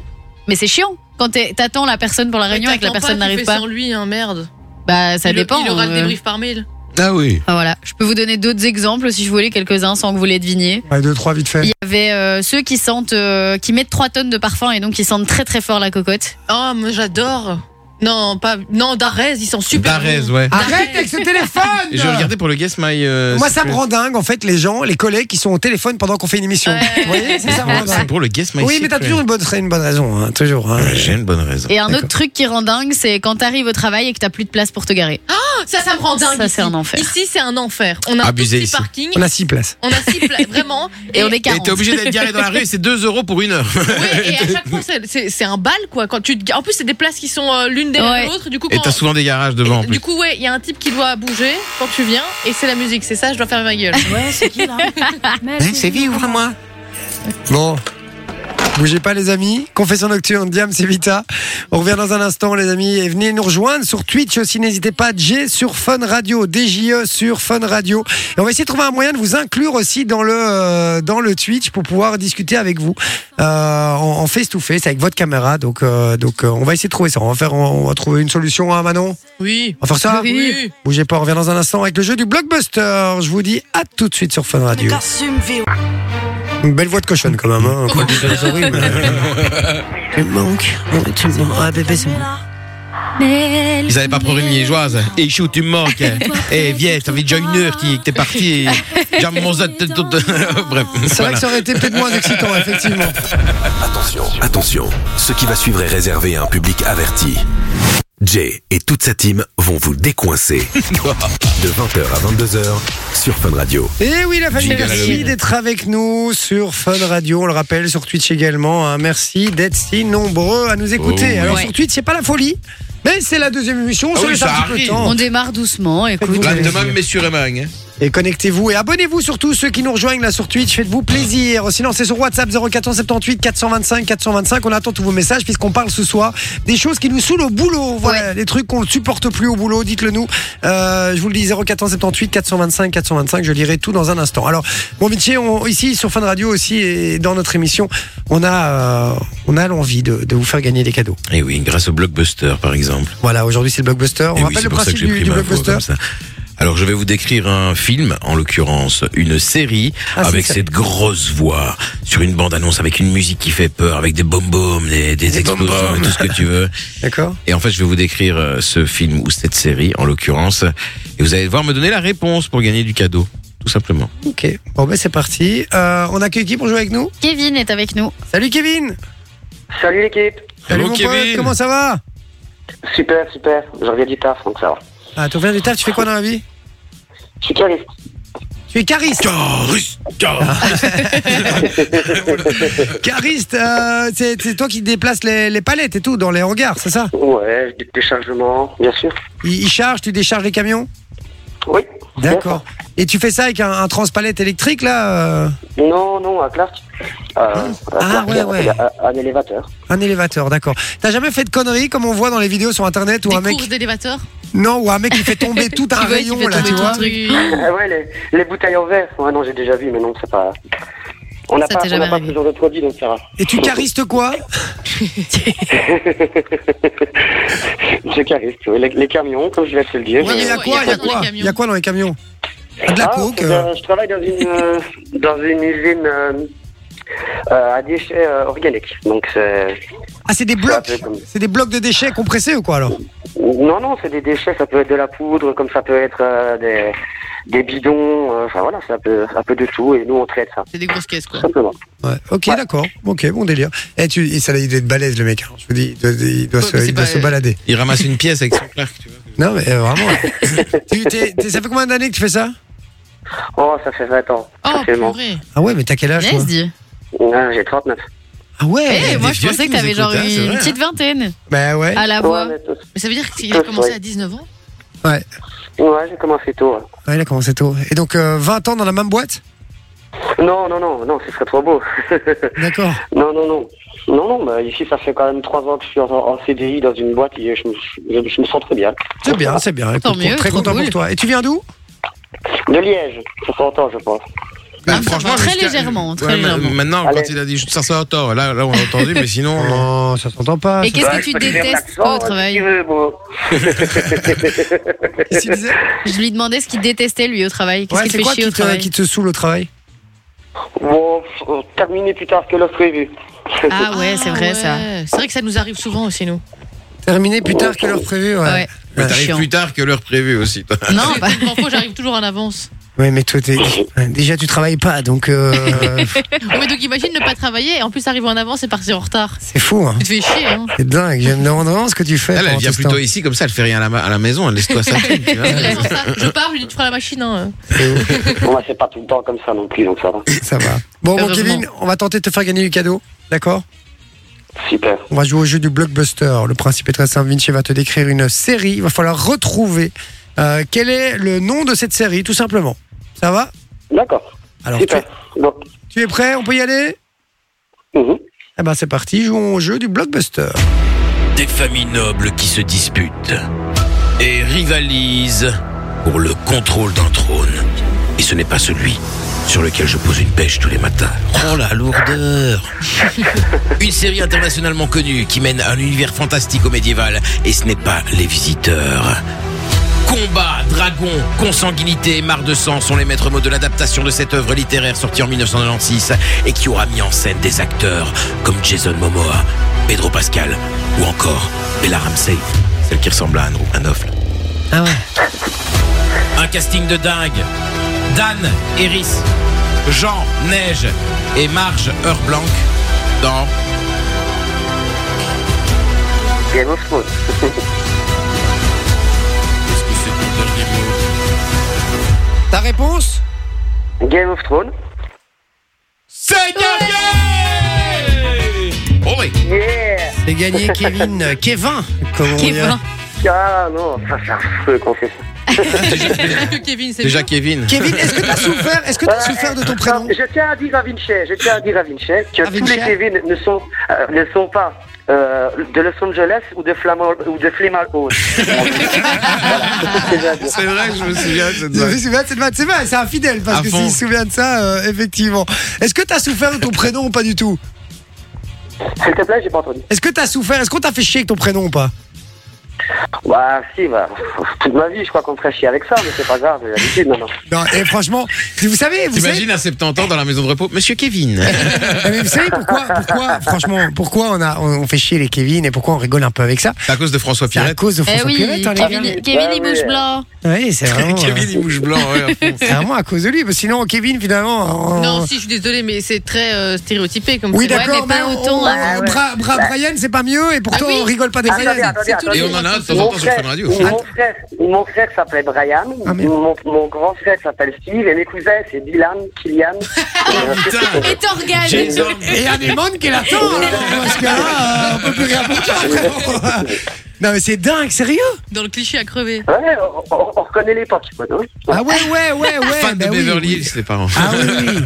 Speaker 4: mais c'est chiant. Quand t'es- t'attends la personne pour la réunion et que la
Speaker 2: T'attends
Speaker 4: personne
Speaker 2: qu'il
Speaker 4: n'arrive
Speaker 2: fait
Speaker 4: pas,
Speaker 2: Sans lui, hein, merde.
Speaker 4: bah ça
Speaker 2: Il-
Speaker 4: dépend.
Speaker 2: Il aura le
Speaker 4: euh.
Speaker 2: débrief par mail.
Speaker 3: Ah oui.
Speaker 4: Enfin, voilà. Je peux vous donner d'autres exemples si je voulais quelques-uns sans que vous les deviniez.
Speaker 5: Ouais, deux, trois, vite fait.
Speaker 4: Il y avait euh, ceux qui sentent, euh, qui mettent 3 tonnes de parfum et donc qui sentent très très fort la cocotte.
Speaker 2: Oh, moi, j'adore. Non, pas. Non, Darès, ils sont super.
Speaker 3: Darès,
Speaker 2: bons.
Speaker 3: ouais.
Speaker 5: Arrête avec ce téléphone
Speaker 4: Ah,
Speaker 3: Et je regardais pour le Guess My. euh,
Speaker 5: Moi, ça me
Speaker 3: Secret.
Speaker 5: rend dingue, en fait, les gens, les collègues qui sont au téléphone pendant qu'on fait une émission.
Speaker 2: Ouais.
Speaker 5: Vous voyez, c'est ça me rend
Speaker 3: Ouais, C'est
Speaker 5: dingue.
Speaker 3: pour le Guess My.
Speaker 5: Oui, mais t'as
Speaker 3: Secret.
Speaker 5: toujours une bonne, une bonne raison, hein, toujours. hein.
Speaker 3: Ouais, J'ai une bonne raison.
Speaker 4: Et un
Speaker 5: D'accord.
Speaker 4: autre truc qui rend dingue, c'est quand t'arrives au travail et que t'as plus de place pour te garer.
Speaker 2: Ah, Ça, ça me rend dingue.
Speaker 4: Ça,
Speaker 2: ici.
Speaker 4: c'est un enfer.
Speaker 2: Ici, c'est un enfer. On a un tout
Speaker 3: Abusé
Speaker 2: petit
Speaker 3: ici.
Speaker 2: parking.
Speaker 5: On a six places.
Speaker 2: On a six pla- vraiment.
Speaker 4: Et, on est
Speaker 3: Et
Speaker 4: 40.
Speaker 3: t'es obligé d'être garé dans la rue et c'est 2 euros pour une heure.
Speaker 2: Ouais, et à chaque fois, c'est- c'est c'est un bal, quoi. Quand tu te- En plus, c'est des places qui sont euh, l'une derrière
Speaker 4: Ouais.
Speaker 2: l'autre. Du coup,
Speaker 3: Et
Speaker 2: quand-
Speaker 3: t'as souvent des garages devant en
Speaker 2: et du
Speaker 3: plus.
Speaker 2: coup, ouais, il y a un type qui doit bouger quand tu viens, et c'est la musique, c'est ça, je dois faire ma gueule.
Speaker 7: Ouais, c'est qui là
Speaker 3: Hein, C'est vie, ouvre-moi.
Speaker 5: Bon. Bougez pas les amis, confession nocturne, Diam, c'est Vita. On revient dans un instant les amis et venez nous rejoindre sur Twitch aussi, n'hésitez pas, J sur Fun Radio, DJE sur Fun Radio. Et on va essayer de trouver un moyen de vous inclure aussi dans le, euh, dans le Twitch pour pouvoir discuter avec vous euh, en face-to-face avec votre caméra. Donc, euh, donc euh, on va essayer de trouver ça, on va, faire, on va trouver une solution, hein Manon
Speaker 2: Oui.
Speaker 5: On va faire ça
Speaker 2: Oui.
Speaker 5: Bougez pas, on revient dans un instant avec le jeu du blockbuster. Je vous dis à tout de suite sur Fun Radio. Une belle voix de cochonne quand même. Hein, Quoi dire, c'est horrible, mais- tu me manques. Ouais, Tu me
Speaker 3: Oh,
Speaker 5: manques. Ah bébé, c'est bon.
Speaker 3: Ils avaient pas pris une liégeoise. Et chou, tu me manques. Eh, vieille, ça fait déjà une heure qui- que t'es parti. et- J'ai mon zot- Bref.
Speaker 5: C'est vrai
Speaker 3: voilà.
Speaker 5: que ça aurait été peut-être moins excitant, effectivement.
Speaker 1: Attention, attention, ce qui va suivre est réservé à un public averti. Jay et toute sa team vont vous décoincer. De 20h à 22h sur Fun Radio.
Speaker 5: Et oui, la famille,
Speaker 3: Jingle
Speaker 5: merci
Speaker 3: Halloween.
Speaker 5: d'être avec nous sur Fun Radio, on le rappelle, sur Twitch également. hein. Merci d'être si nombreux à nous écouter.
Speaker 3: Oh,
Speaker 5: Alors
Speaker 4: oui.
Speaker 5: sur Twitch, c'est pas la folie, mais c'est la deuxième émission, on
Speaker 3: Ah
Speaker 5: se
Speaker 3: oui,
Speaker 5: laisse un
Speaker 3: ça
Speaker 5: petit peu de
Speaker 3: arrive.
Speaker 5: temps.
Speaker 4: On démarre doucement, écoute.
Speaker 5: Faites-vous
Speaker 3: Là,
Speaker 5: plaisir.
Speaker 3: demain, messieurs et mangues, hein.
Speaker 5: Et connectez-vous et abonnez-vous surtout ceux qui nous rejoignent là sur Twitch, faites-vous plaisir. Sinon c'est sur WhatsApp 0478 425 425, on attend tous vos messages puisqu'on parle ce soir des choses qui nous saoulent au boulot. Voilà, les trucs qu'on ne supporte plus au boulot, dites-le nous. Euh, je vous le dis 0478 425 425, je lirai tout dans un instant. Alors, bon Mitché, on- ici sur Fun Radio aussi et dans notre émission, on a euh, on a l'envie de, de vous faire gagner des cadeaux.
Speaker 3: Eh oui, grâce au blockbuster, par exemple.
Speaker 5: Voilà, aujourd'hui c'est le blockbuster, on
Speaker 3: Eh oui,
Speaker 5: rappelle
Speaker 3: c'est
Speaker 5: le
Speaker 3: pour ça que
Speaker 5: principe
Speaker 3: j'ai
Speaker 5: du,
Speaker 3: pris
Speaker 5: du
Speaker 3: ma voix
Speaker 5: blockbuster.
Speaker 3: comme ça. Alors, je vais vous décrire un film, en l'occurrence une série,
Speaker 5: Ah, c'est
Speaker 3: avec
Speaker 5: ça.
Speaker 3: cette grosse voix, sur une bande-annonce, avec une musique qui fait peur, avec des bom-boms, des, des explosions, et tout ce que tu veux.
Speaker 5: D'accord
Speaker 3: Et en fait, je vais vous décrire euh, ce film ou cette série, en l'occurrence, et vous allez devoir me donner la réponse pour gagner du cadeau, tout simplement.
Speaker 5: OK. Bon ben c'est parti. Euh, on accueille qui pour jouer avec nous
Speaker 4: Kevin est avec nous.
Speaker 5: Salut Kevin
Speaker 7: Salut l'équipe
Speaker 5: Salut mon pote, comment ça va
Speaker 7: Super, super, je reviens du taf, donc ça va.
Speaker 5: Ah, tu reviens du taf, tu fais quoi dans la vie
Speaker 7: Je suis cariste.
Speaker 5: Tu es chariste
Speaker 3: Carus, Carus.
Speaker 5: Chariste, euh, c'est c'est toi qui déplaces les, les palettes et tout dans les hangars, c'est ça
Speaker 7: Ouais, dé- déchargement, bien sûr.
Speaker 5: ils, ils chargent, tu décharges les camions
Speaker 7: Oui.
Speaker 5: D'accord. Et tu fais ça avec un, un transpalette électrique là euh,
Speaker 7: Non, non, à Clark. Euh, à
Speaker 5: Ah, ouais, ouais.
Speaker 7: il y a un- Un élévateur.
Speaker 5: Un élévateur, d'accord. T'as jamais fait de conneries comme on voit dans les vidéos sur internet où
Speaker 2: Des
Speaker 5: un mec.
Speaker 2: courses d'élévateur
Speaker 5: Non, ou un mec qui fait tomber tout
Speaker 2: Tu
Speaker 5: un
Speaker 2: vois, qui
Speaker 5: rayon
Speaker 2: fait
Speaker 5: là,
Speaker 2: tomber
Speaker 5: tu
Speaker 2: tout
Speaker 5: vois
Speaker 2: le truc.
Speaker 7: Ah ouais, les, les bouteilles en verre. Ouais, non, j'ai déjà vu, mais non, c'est pas. On n'a
Speaker 4: Ça
Speaker 7: pas,
Speaker 4: t'est
Speaker 7: on n'a
Speaker 4: jamais
Speaker 7: pas
Speaker 4: arrivé.
Speaker 7: ce genre de produit, donc ça va.
Speaker 5: Et tu charistes quoi
Speaker 7: Je cariste, oui. les, les camions, comme je viens de te le dire.
Speaker 5: Ouais, mais y a
Speaker 2: quoi,
Speaker 5: quoi
Speaker 2: y a
Speaker 5: Y a
Speaker 2: quoi dans
Speaker 5: quoi
Speaker 2: les
Speaker 5: Y a quoi dans les camions Ah, De la
Speaker 7: Ah,
Speaker 5: coke
Speaker 7: c'est,
Speaker 5: euh,
Speaker 7: euh, je travaille dans une, euh, dans une usine euh, euh, à déchets euh, organiques. Donc c'est.
Speaker 5: Ah, c'est des blocs
Speaker 7: c'est un peu comme-
Speaker 5: C'est des blocs de déchets compressés ou quoi alors
Speaker 7: Non, non, c'est des déchets, ça peut être de la poudre, comme ça peut être euh, des, des bidons, euh, enfin voilà, c'est un peu, un peu de tout, et nous on traite ça,
Speaker 2: C'est des grosses caisses, quoi.
Speaker 7: tout simplement.
Speaker 5: Ouais, ok,
Speaker 7: Ouais.
Speaker 5: d'accord. Ok, bon délire. Et tu, et ça, il doit être balèze, le mec. hein. Je vous dis, il doit, il doit
Speaker 2: Ouais,
Speaker 5: se,
Speaker 2: mais c'est
Speaker 5: il doit
Speaker 2: pas-
Speaker 5: se balader.
Speaker 3: Il ramasse une pièce avec son Clark, tu vois.
Speaker 5: Non, mais euh, vraiment. tu, t'es- t'es- ça fait combien d'années que tu fais ça
Speaker 7: Oh, ça fait 20 ans,
Speaker 2: Oh,
Speaker 7: facilement.
Speaker 2: purée.
Speaker 5: Ah ouais, mais t'as quel âge toi
Speaker 4: Vas-y.
Speaker 7: Ouais, J'ai 39.
Speaker 5: Ah ouais
Speaker 4: Eh,
Speaker 3: des
Speaker 4: moi je
Speaker 3: vieux
Speaker 4: pensais
Speaker 3: qui
Speaker 4: que t'avais
Speaker 3: nous
Speaker 4: genre
Speaker 3: écoutent, hein, c'est
Speaker 4: une
Speaker 3: vrai,
Speaker 4: petite vingtaine
Speaker 5: Bah ouais.
Speaker 4: à la
Speaker 7: Ouais,
Speaker 4: voix.
Speaker 7: mais tout-
Speaker 2: Mais ça veut dire qu'il a commencé à 19 ans
Speaker 7: ouais, j'ai commencé tôt. ouais.
Speaker 5: Ouais, il a commencé tôt. Et donc, euh, 20 ans dans la même boîte
Speaker 7: Non, non, non, non, ce serait trop beau.
Speaker 5: D'accord.
Speaker 7: non, non, non. Non, non, bah, ici ça fait quand même 3 ans que je suis en, en CDI dans une boîte et je, me- je- je me sens très bien.
Speaker 5: C'est bien, c'est bien. Écoute,
Speaker 4: Tant mieux,
Speaker 5: très
Speaker 4: trop
Speaker 5: content
Speaker 4: cool.
Speaker 5: pour toi. Et tu viens d'où
Speaker 7: De Liège, ça s'entend, je pense.
Speaker 4: Ah,
Speaker 3: Mais
Speaker 4: ça va. Très
Speaker 3: jusqu'à-
Speaker 4: légèrement, très
Speaker 3: Ouais, mais
Speaker 4: légèrement.
Speaker 3: Maintenant,
Speaker 7: Allez.
Speaker 3: quand il a dit ça sort tort, là, là on a entendu, mais sinon. euh,
Speaker 5: Non, ça s'entend pas.
Speaker 4: Et
Speaker 5: ça-
Speaker 4: qu'est-ce
Speaker 7: Ouais,
Speaker 4: que tu
Speaker 7: je peux te faire
Speaker 4: détestes
Speaker 7: l'accent,
Speaker 4: toi, au
Speaker 7: hein, si
Speaker 4: travail
Speaker 7: tu veux, bon.
Speaker 5: Qu'est-ce qu'il disait
Speaker 4: Je lui demandais ce qu'il détestait lui au travail. Qu'est-ce
Speaker 5: Ouais,
Speaker 4: qu'il
Speaker 5: c'est
Speaker 4: fait
Speaker 5: quoi
Speaker 4: chier au
Speaker 5: qui te,
Speaker 4: travail
Speaker 5: qui te saoule au travail
Speaker 7: Bon, euh, terminé plus tard que l'offre prévue.
Speaker 4: Ah ouais, c'est vrai ça.
Speaker 2: ouais. C'est vrai que ça nous arrive souvent aussi, nous.
Speaker 5: Terminé plus tard que l'heure prévue, ouais.
Speaker 4: Ouais.
Speaker 3: Mais t'arrives
Speaker 4: Chiant.
Speaker 3: plus tard que l'heure prévue aussi. toi.
Speaker 4: Non,
Speaker 2: C'est
Speaker 4: bah,
Speaker 2: tellement faux, j'arrive toujours en avance.
Speaker 5: Ouais, mais toi, t'es... déjà, tu travailles pas, donc euh,
Speaker 2: Oh, mais donc imagine ne pas travailler et en plus arriver en avance et partir en retard.
Speaker 5: c'est fou. Hein.
Speaker 2: Tu te fais chier, hein.
Speaker 5: C'est dingue, je me demande vraiment ce que tu fais.
Speaker 3: Elle, elle
Speaker 5: pendant
Speaker 3: vient
Speaker 5: tout ce
Speaker 3: plutôt
Speaker 5: temps.
Speaker 3: ici, comme ça, elle fait rien à la, ma- à la maison, elle laisse-toi sa thune, tu vois.
Speaker 2: Ouais, c'est ça. Je pars, je lui dis tu feras la machine. Hein.
Speaker 7: Bon, bah, c'est pas tout le temps comme ça non plus, donc ça va.
Speaker 5: Ça va. Bon, bon,
Speaker 2: Heureusement.
Speaker 5: Kevin, on va tenter de te faire gagner du cadeau. D'accord
Speaker 7: Super.
Speaker 5: On va jouer au jeu du blockbuster. Le principe est très simple. Vinci va te décrire une série. Il va falloir retrouver euh, quel est le nom de cette série, tout simplement. Ça va
Speaker 7: D'accord.
Speaker 5: Alors, tu,
Speaker 7: Super. Bon.
Speaker 5: tu es prêt On peut y aller
Speaker 7: Mhm.
Speaker 5: Eh ben, c'est parti. Jouons au jeu du blockbuster.
Speaker 3: Des familles nobles qui se disputent et rivalisent pour le contrôle d'un trône. Et ce n'est pas celui sur lequel je pose une pêche tous les matins. Oh la lourdeur Une série internationalement connue qui mène à un univers fantastique au médiéval, et ce n'est pas les visiteurs. Combat, dragon, consanguinité et mar de sang sont les maîtres mots de l'adaptation de cette œuvre littéraire sortie en 1996 et qui aura mis en scène des acteurs comme Jason Momoa, Pedro Pascal ou encore Bella Ramsey, celle qui ressemble à un, un offle.
Speaker 5: Ah ouais.
Speaker 3: Un casting de dingue. Dan Harris, Jean Neige et Marge Heure-Blanc dans
Speaker 7: Game of Thrones.
Speaker 5: Ta réponse
Speaker 7: Game of Thrones.
Speaker 3: C'est gagné Oh oui
Speaker 7: Yeah
Speaker 5: C'est gagné Kevin. euh, Kevin comme on dit.
Speaker 4: Kevin.
Speaker 5: hein
Speaker 7: Ah non, ça c'est affreux quand c'est ça.
Speaker 2: Que Kevin, c'est
Speaker 3: Déjà
Speaker 2: bien.
Speaker 3: Kevin.
Speaker 5: Kevin, est-ce que t'as souffert Est-ce que t'as souffert de ton prénom
Speaker 7: Je tiens à dire à Vinci, je tiens à dire à Vinci que
Speaker 5: À
Speaker 7: tous
Speaker 5: Vinci
Speaker 7: les Kevin ne sont, euh, ne sont pas euh, de Los Angeles ou de Flamand ou de Flémalhaut.
Speaker 3: C'est vrai, je me souviens de cette
Speaker 5: Il
Speaker 3: blague.
Speaker 5: se souvient de cette vanne. C'est vrai, c'est infidèle parce
Speaker 3: À
Speaker 5: que
Speaker 3: fond.
Speaker 5: s'il se souvient de ça, euh, effectivement. Est-ce que t'as souffert de ton prénom ou pas du tout
Speaker 7: S'il te plaît, j'ai pas entendu.
Speaker 5: Est-ce que t'as souffert Est-ce qu'on t'a fait chier avec ton prénom ou pas
Speaker 7: Bah si, bah, toute ma vie je crois qu'on me ferait chier avec ça, mais c'est pas grave, j'ai l'habitude maintenant.
Speaker 5: Non, et franchement, vous savez, vous savez,
Speaker 3: T'imagines à 70 ans dans la maison de repos Monsieur Kevin
Speaker 5: Ah, mais vous savez pourquoi, pourquoi, franchement, pourquoi on, a, on fait chier les Kevin et pourquoi on rigole un peu avec ça
Speaker 3: C'est à cause de François
Speaker 5: C'est à
Speaker 3: Pirette.
Speaker 5: cause de
Speaker 4: Eh
Speaker 5: François
Speaker 4: oui,
Speaker 5: Pirette, hein, les gars.
Speaker 4: Kevin, Kevin il
Speaker 7: Ouais,
Speaker 4: bouge
Speaker 7: ouais.
Speaker 4: blanc.
Speaker 5: Oui, c'est vraiment,
Speaker 3: Kevin,
Speaker 5: euh,
Speaker 3: il bouge blanc, ouais, à fond.
Speaker 5: c'est vraiment à cause de lui. parce que Sinon, Kevin, finalement. on-
Speaker 2: Non, si, je suis désolée, mais c'est très euh, stéréotypé comme
Speaker 5: Oh. Oui,
Speaker 2: c'est.
Speaker 5: d'accord,
Speaker 4: mais
Speaker 5: mais,
Speaker 4: pas
Speaker 5: on-
Speaker 4: autant,
Speaker 5: on-
Speaker 4: hein.
Speaker 5: on- Bra- Bra- Brian, c'est pas mieux, et pourtant,
Speaker 2: Ah oui.
Speaker 5: on rigole pas des
Speaker 7: Attendez,
Speaker 5: Brian.
Speaker 7: attendez,
Speaker 2: tous les
Speaker 3: Et on
Speaker 7: attendez.
Speaker 3: en a un de temps en
Speaker 7: Mon
Speaker 3: temps sur Fun
Speaker 7: frère,
Speaker 3: Radio.
Speaker 7: mon, frère, mon frère s'appelait Brian,
Speaker 5: Ah, merde.
Speaker 7: mon, mon grand frère s'appelle Steve, et mes cousins c'est Dylan, Kylian. Euh,
Speaker 3: Oh, Putain
Speaker 4: Et Torgan.
Speaker 3: Jason.
Speaker 5: Et il y a des mondes qui l'attendent, alors, parce que là, euh, on peut plus rien pour toi, vraiment. Non, mais c'est dingue, sérieux?
Speaker 2: Dans le cliché à crever.
Speaker 7: ouais, on, on- on reconnaît l'époque. quoi, non
Speaker 5: Ah ouais, ouais, ouais, ouais.
Speaker 3: Fan de
Speaker 5: bah oui,
Speaker 3: Beverly
Speaker 5: oui.
Speaker 3: Hills, les parents.
Speaker 5: Ah oui, oui.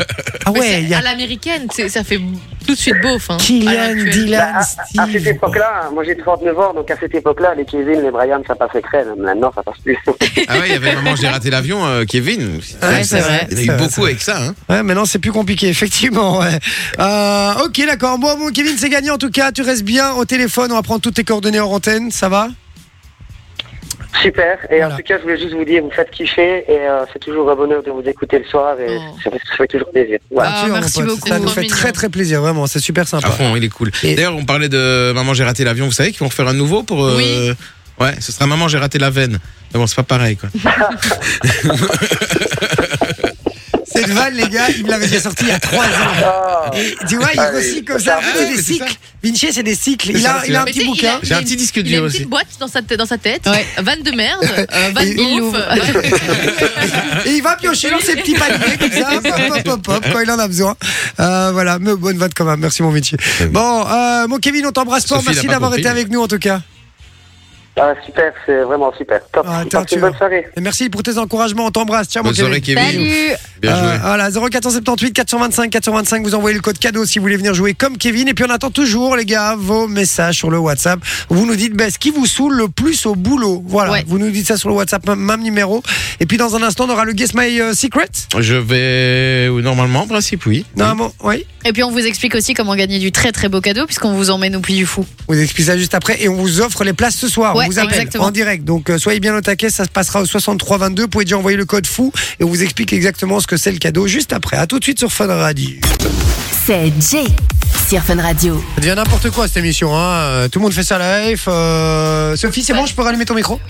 Speaker 5: Ah
Speaker 2: Mais
Speaker 5: ouais,
Speaker 2: c'est
Speaker 5: il y
Speaker 2: à
Speaker 5: a
Speaker 2: l'américaine, c'est- ça fait tout de suite beauf. Hein, à l'heure
Speaker 5: Kylian,
Speaker 2: actuelle.
Speaker 5: Dylan,
Speaker 7: À, à cette
Speaker 5: Steve.
Speaker 7: époque-là, hein, moi j'ai 39 ans, donc à cette époque-là, les Kevin, les Brian, ça passait crème. Maintenant, ça passe plus.
Speaker 3: Ah ouais, il y avait Maman, j'ai raté l'avion, euh, Kevin.
Speaker 5: Ouais, c'est vrai.
Speaker 3: Il y
Speaker 5: C'est
Speaker 3: en
Speaker 5: vrai, c'est
Speaker 3: a eu beaucoup avec ça, hein.
Speaker 5: Ouais, maintenant c'est plus compliqué, effectivement. ouais. Euh, ok, d'accord. Bon, bon, Kevin, c'est gagné en tout cas. Tu restes bien au téléphone. On va prendre toutes tes coordonnées en antenne. Ça va
Speaker 7: Super. Et
Speaker 5: Voilà.
Speaker 7: en tout cas, je voulais juste vous dire, vous faites kiffer, et euh, c'est toujours un bonheur de vous écouter le soir, et
Speaker 2: Oh.
Speaker 7: ça, fait, ça fait toujours plaisir. Voilà.
Speaker 2: Ah,
Speaker 5: Arthur, mon
Speaker 2: merci
Speaker 5: pote,
Speaker 2: beaucoup.
Speaker 5: Ça nous
Speaker 2: Trop
Speaker 5: fait
Speaker 2: mignon.
Speaker 5: très très plaisir, vraiment. C'est super
Speaker 3: À
Speaker 5: sympa.
Speaker 3: fond, il est cool.
Speaker 5: Ah bah. Et-
Speaker 3: D'ailleurs, on parlait de Maman, j'ai raté l'avion. Vous savez qu'ils vont refaire un nouveau pour. euh,
Speaker 2: Oui.
Speaker 3: Ouais, ce sera Maman, j'ai raté la veine. Mais bon, c'est pas pareil, quoi.
Speaker 5: Cette vanne, les gars, il me l'avait déjà sortie il y a trois ans.
Speaker 7: Ah.
Speaker 5: Et tu vois, il
Speaker 7: Ah oui.
Speaker 5: recycle comme ça. En fait,
Speaker 3: Ah
Speaker 5: c'est
Speaker 3: oui,
Speaker 5: des
Speaker 3: c'est ça.
Speaker 5: cycles. Vinci, c'est des cycles. Il
Speaker 3: C'est
Speaker 5: a,
Speaker 3: ça,
Speaker 5: il a un
Speaker 2: Mais tu
Speaker 5: petit
Speaker 2: sais, il
Speaker 5: bouquin.
Speaker 2: a-
Speaker 3: J'ai un
Speaker 2: il a
Speaker 3: petit
Speaker 2: une-
Speaker 3: disque
Speaker 2: Il a
Speaker 3: dur
Speaker 2: une
Speaker 3: aussi.
Speaker 2: petite boîte dans sa, tête- dans sa tête,
Speaker 5: Ouais.
Speaker 2: vanne de merde, euh, vanne
Speaker 5: Il
Speaker 2: beauf.
Speaker 5: Et il va piocher dans ses petits paniers comme ça, pop, pop, pop, pop, quand il en a besoin. Euh, voilà, mais bonne vanne quand même. Merci, mon Vinci. Bon, euh, mon Kevin, on t'embrasse fort.
Speaker 3: Sophie, il
Speaker 5: Merci
Speaker 3: a pas
Speaker 5: d'avoir
Speaker 3: compris.
Speaker 5: été avec nous en tout cas.
Speaker 7: Ah, super, c'est vraiment super. Top.
Speaker 5: Ah, attends,
Speaker 7: Passez
Speaker 5: tu
Speaker 7: une bonne
Speaker 5: vois.
Speaker 7: soirée.
Speaker 5: Et merci pour tes encouragements. On t'embrasse. Ciao, mon
Speaker 3: Bonne soirée,
Speaker 5: Kevin.
Speaker 3: Kevin.
Speaker 4: Salut.
Speaker 3: Bien joué.
Speaker 5: Euh, voilà, 0478 425 425. Vous envoyez le code cadeau si vous voulez venir jouer comme Kevin. Et puis on attend toujours, les gars, vos messages sur le WhatsApp. Vous nous dites, ben, ce qui vous saoule le plus au boulot. Voilà,
Speaker 2: Ouais.
Speaker 5: vous nous dites ça sur le WhatsApp, même- même numéro. Et puis dans un instant, on aura le Guess My euh, Secret.
Speaker 3: Je vais. oui, Normalement, en principe, oui.
Speaker 5: Non, bon, oui.
Speaker 4: Et puis on vous explique aussi comment gagner du très très beau cadeau puisqu'on vous emmène au Puy du Fou.
Speaker 5: On vous explique ça juste après. Et on vous offre les places ce soir.
Speaker 4: Ouais,
Speaker 5: on vous appelle
Speaker 4: exactement.
Speaker 5: en direct. Donc euh, soyez bien au taquet. Ça se passera au 6322. Vous pouvez déjà envoyer le code fou. Et on vous explique exactement ce que c'est le cadeau juste après. À tout de suite sur Fun Radio.
Speaker 6: C'est Jay sur Fun Radio.
Speaker 5: Ça devient n'importe quoi cette émission. Hein. Euh, Tout le monde fait sa life. euh, Sophie, c'est bon, je peux rallumer ton micro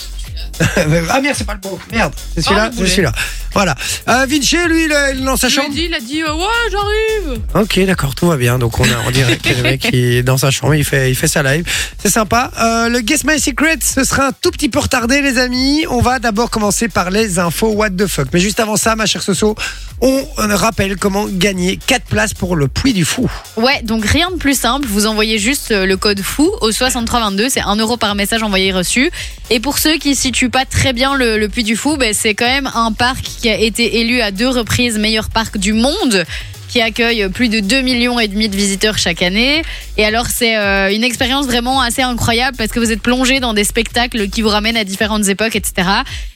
Speaker 5: Ah merde, c'est pas le bon. Merde, c'est celui-là.
Speaker 2: le
Speaker 5: c'est
Speaker 2: boulet.
Speaker 5: celui-là. Voilà. Euh, Vinci, lui, il est il est dans sa
Speaker 2: Je lui ai
Speaker 5: chambre.
Speaker 2: dit, il a dit, euh, ouais, j'arrive.
Speaker 5: Ok, d'accord, tout va bien. Donc on est en direct. le mec il est dans sa chambre, il fait, il fait sa live. C'est sympa. Euh, le Guess My Secret, ce sera un tout petit peu retardé, les amis. On va d'abord commencer par les infos What the fuck. Mais juste avant ça, ma chère Soso, on rappelle comment gagner 4 places pour le Puy du Fou.
Speaker 4: Ouais, donc rien de plus simple, vous envoyez juste euh, le code FOU au 6322, c'est 1 euro par message envoyé reçu. Et pour ceux qui situent pas très bien le, le Puy du Fou, ben, c'est quand même un parc qui a été élu à deux reprises meilleur parc du monde qui accueille plus de 2 millions et demi de visiteurs chaque année. Et alors c'est euh, une expérience vraiment assez incroyable parce que vous êtes plongé dans des spectacles qui vous ramènent à différentes époques, etc.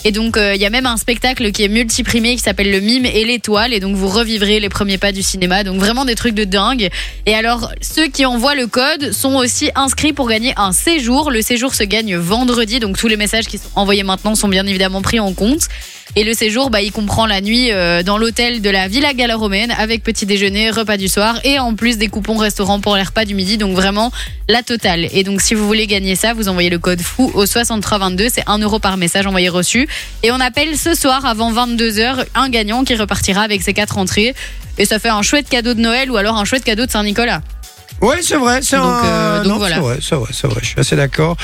Speaker 4: Et donc euh, il y a même un spectacle qui est multiprimé qui s'appelle Le Mime et l'Étoile. Et donc vous revivrez les premiers pas du cinéma. Donc vraiment des trucs de dingue. Et alors, ceux qui envoient le code sont aussi inscrits pour gagner un séjour. Le séjour se gagne vendredi, donc tous les messages qui sont envoyés maintenant sont bien évidemment pris en compte. Et le séjour, bah, il comprend la nuit euh, dans l'hôtel de la Villa Gallo-Romaine avec petit déjeuner, repas du soir et en plus des coupons restaurant pour les repas du midi. Donc vraiment la totale. Et donc si vous voulez gagner ça, vous envoyez le code FOU au 6322. C'est 1 euro par message envoyé reçu. Et on appelle ce soir avant 22h un gagnant qui repartira avec ses quatre entrées. Et ça fait un chouette cadeau de Noël ou alors un chouette cadeau de Saint-Nicolas.
Speaker 5: Oui, c'est vrai. C'est
Speaker 4: Donc,
Speaker 5: un-
Speaker 4: euh, donc
Speaker 5: non,
Speaker 4: voilà.
Speaker 5: C'est vrai, c'est vrai, c'est vrai. Je suis assez d'accord.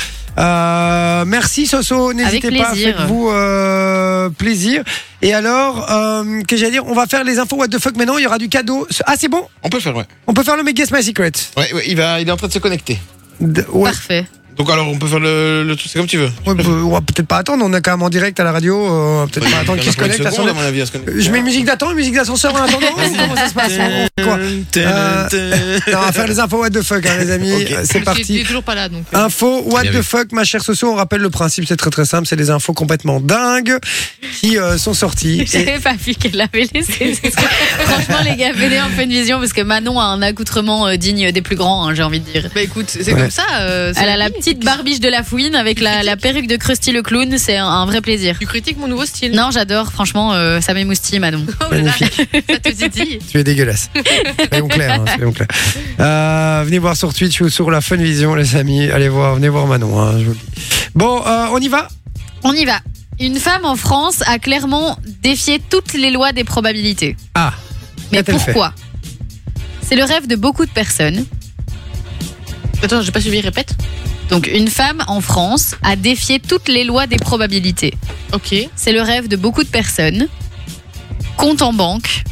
Speaker 5: Euh, merci Soso, n'hésitez
Speaker 4: Avec
Speaker 5: pas,
Speaker 4: plaisir.
Speaker 5: faites-vous euh, plaisir. Et alors, euh, que j'allais dire, on va faire les infos what the fuck maintenant. Il y aura du cadeau. Ah, c'est bon,
Speaker 3: On peut faire, ouais.
Speaker 5: on peut faire le Make Guess My Secret.
Speaker 3: Ouais, ouais, il, va, il est en train de se connecter.
Speaker 5: D- ouais.
Speaker 4: Parfait.
Speaker 3: Donc alors, on peut faire le, le truc, c'est comme tu veux.
Speaker 5: Ouais, bah, on va peut-être pas attendre. On est quand même en direct à la radio. euh, on va peut-être pas attendre
Speaker 3: Il
Speaker 5: qu'il se
Speaker 3: prend une
Speaker 5: connecte. à son-
Speaker 3: seconde, hein, à mon avis, à se connecter.
Speaker 5: Je mets une musique d'attente, une musique d'ascenseur en attendant. ou Comment ça se passe ou quoi Euh, Non, on va faire les infos what the fuck, hein, les amis.
Speaker 3: Ok.
Speaker 5: C'est
Speaker 2: Parce qu'il- il
Speaker 5: parti.
Speaker 2: est toujours pas là, donc. euh,
Speaker 5: Info, what
Speaker 3: Bien
Speaker 5: the
Speaker 3: vu.
Speaker 5: fuck, ma chère Soso, on rappelle le principe, c'est très très simple, c'est des infos complètement dingues qui euh, sont sorties. Et-
Speaker 4: J'avais pas vu qu'elle l'avait laissé. parce que, franchement, les gars, venez un peu de vision parce que Manon a un accoutrement euh, digne des plus grands, hein, j'ai envie de dire.
Speaker 2: Bah écoute, c'est
Speaker 5: Ouais.
Speaker 2: comme ça. euh, c'est
Speaker 4: Elle a la
Speaker 2: vie.
Speaker 4: petite barbiche de la fouine avec la, la perruque de Krusty le clown, c'est un, un vrai plaisir.
Speaker 2: Tu critiques mon nouveau style.
Speaker 4: Non, j'adore, franchement, euh, ça m'émoustille, Manon.
Speaker 2: Oh là là,
Speaker 5: Magnifique.
Speaker 2: ça te titille.
Speaker 5: Tu es dégueulasse. Soyons clairs. hein, soyons clairs. Euh, venez voir sur Twitch ou sur la Funvision, les amis. Allez voir, venez voir Manon. hein, je vous le dis. Bon, euh, on y va
Speaker 4: On y va. Une femme en France a clairement défié toutes les lois des probabilités.
Speaker 5: Ah,
Speaker 4: Mais
Speaker 5: Qu'a-t-elle fait
Speaker 4: pourquoi C'est le rêve de beaucoup de personnes.
Speaker 2: Attends, j'ai pas suivi, répète.
Speaker 4: Donc une femme en France a défié toutes les lois des probabilités.
Speaker 2: Ok.
Speaker 4: C'est le rêve de beaucoup de personnes. Compte en banque.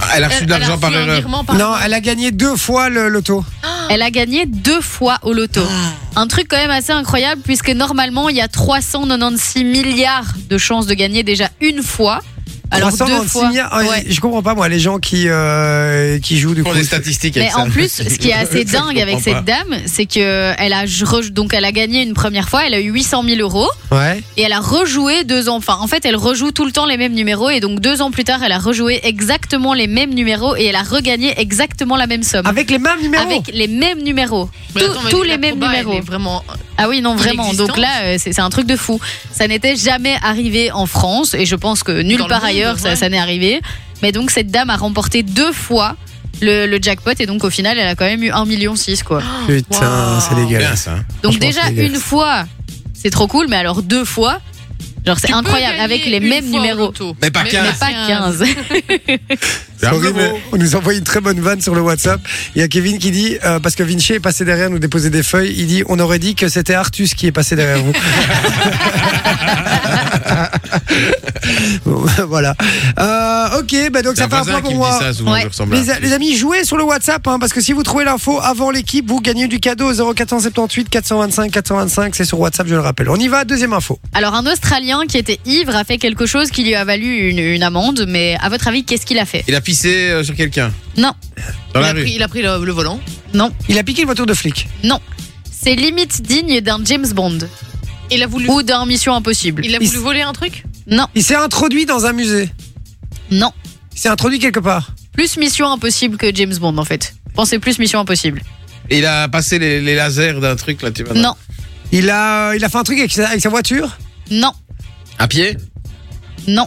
Speaker 3: Ah, Elle a
Speaker 4: Euh,
Speaker 3: reçu de l'argent par
Speaker 2: un
Speaker 3: erreur.
Speaker 2: virement par-
Speaker 5: non, elle a gagné deux fois le loto.
Speaker 4: Elle a gagné deux fois au loto.
Speaker 2: Ah.
Speaker 4: Un truc quand même assez incroyable puisque normalement il y a 396 milliards de chances de gagner déjà une fois. Alors deux
Speaker 5: 326
Speaker 4: fois.
Speaker 5: milliards.
Speaker 3: oh,
Speaker 5: Ah,
Speaker 4: Ouais.
Speaker 5: Je comprends pas, moi, les gens qui, euh, qui jouent du
Speaker 3: Ils
Speaker 5: coup.
Speaker 3: font des statistiques
Speaker 4: Mais
Speaker 3: avec ça.
Speaker 4: en plus, ce qui est assez
Speaker 3: Ça, je
Speaker 4: dingue avec
Speaker 3: comprends
Speaker 4: cette dame, c'est que elle a re- donc elle a gagné une première fois, elle a eu 800 000 euros
Speaker 5: Ouais.
Speaker 4: et elle a rejoué deux ans. Enfin, en fait, elle rejoue tout le temps les mêmes numéros et donc deux ans plus tard, elle a rejoué exactement les mêmes numéros et elle a regagné exactement la même
Speaker 3: Ah,
Speaker 4: somme
Speaker 5: Avec les mêmes numéros.
Speaker 4: avec les mêmes numéros,
Speaker 2: Mais
Speaker 4: Tous-
Speaker 2: Bah, attends, mais
Speaker 4: tous
Speaker 2: la
Speaker 4: les mêmes
Speaker 2: proba, elle
Speaker 4: numéros.
Speaker 2: est Vraiment.
Speaker 4: Ah oui, non, vraiment.
Speaker 2: Inexistante.
Speaker 4: Donc là, euh, c'est c'est un truc de fou. Ça n'était jamais arrivé en France et je pense que nulle
Speaker 2: Dans le
Speaker 4: part
Speaker 2: monde,
Speaker 4: ailleurs ça,
Speaker 2: ouais.
Speaker 4: ça n'est arrivé. Mais donc cette dame a remporté deux fois le, le jackpot et donc au final elle a quand même eu 1,6 million
Speaker 2: Oh,
Speaker 4: quoi.
Speaker 5: Putain,
Speaker 2: Wow.
Speaker 5: c'est
Speaker 3: Bien
Speaker 5: dégueulasse.
Speaker 3: ça. hein.
Speaker 4: Donc
Speaker 5: Franchement,
Speaker 4: déjà
Speaker 5: c'est dégueulasse.
Speaker 4: une fois, c'est trop cool, mais alors deux fois, genre c'est
Speaker 2: Tu peux
Speaker 4: incroyable
Speaker 2: gagner
Speaker 4: avec les
Speaker 2: une
Speaker 4: mêmes
Speaker 2: fois au
Speaker 4: numéros.
Speaker 2: loto.
Speaker 3: Mais pas
Speaker 2: Mais-
Speaker 3: 15.
Speaker 4: Mais pas 15.
Speaker 5: C'est horrible.
Speaker 3: Bravo.
Speaker 5: On nous envoie une très bonne vanne sur le WhatsApp. Il y a Kevin qui dit, euh, parce que Vinci est passé derrière nous déposer des feuilles, il dit on aurait dit que c'était Artus qui est passé derrière vous. Bon, voilà. Euh, ok, bah donc
Speaker 3: C'est
Speaker 5: ça
Speaker 3: un
Speaker 5: fait un point
Speaker 3: voisin
Speaker 5: pour
Speaker 3: qui me
Speaker 5: moi.
Speaker 3: dit ça souvent,
Speaker 4: Ouais.
Speaker 3: je ressemble à
Speaker 5: Les,
Speaker 3: un
Speaker 5: les amis, jouez sur le WhatsApp hein, parce que si vous trouvez l'info avant l'équipe, vous gagnez du cadeau au 0478 425 425. C'est sur WhatsApp, je le rappelle. On y va, deuxième info.
Speaker 4: Alors un Australien qui était ivre a fait quelque chose qui lui a valu une, une amende, mais à votre avis qu'est-ce qu'il a fait
Speaker 3: Il a pissé euh, sur quelqu'un
Speaker 4: Non.
Speaker 3: Dans
Speaker 2: il,
Speaker 3: la
Speaker 2: a pris,
Speaker 3: rue.
Speaker 2: il a pris le, le volant.
Speaker 4: Non,
Speaker 5: Il a piqué une voiture de flic.
Speaker 4: non. C'est limite digne d'un James Bond.
Speaker 2: Il a voulu,
Speaker 4: ou d'un Mission Impossible.
Speaker 2: il a
Speaker 5: il-
Speaker 2: voulu voler un truc
Speaker 4: Non,
Speaker 5: Il s'est introduit dans un musée.
Speaker 4: non.
Speaker 5: Il s'est introduit quelque part.
Speaker 4: Plus Mission Impossible que James Bond en fait. Pensez plus Mission Impossible.
Speaker 3: Et Il a passé les, les lasers d'un truc là, tu vois.
Speaker 4: Non,
Speaker 5: Il a, il a fait un truc avec sa, avec sa voiture.
Speaker 4: non,
Speaker 3: À pied
Speaker 4: non.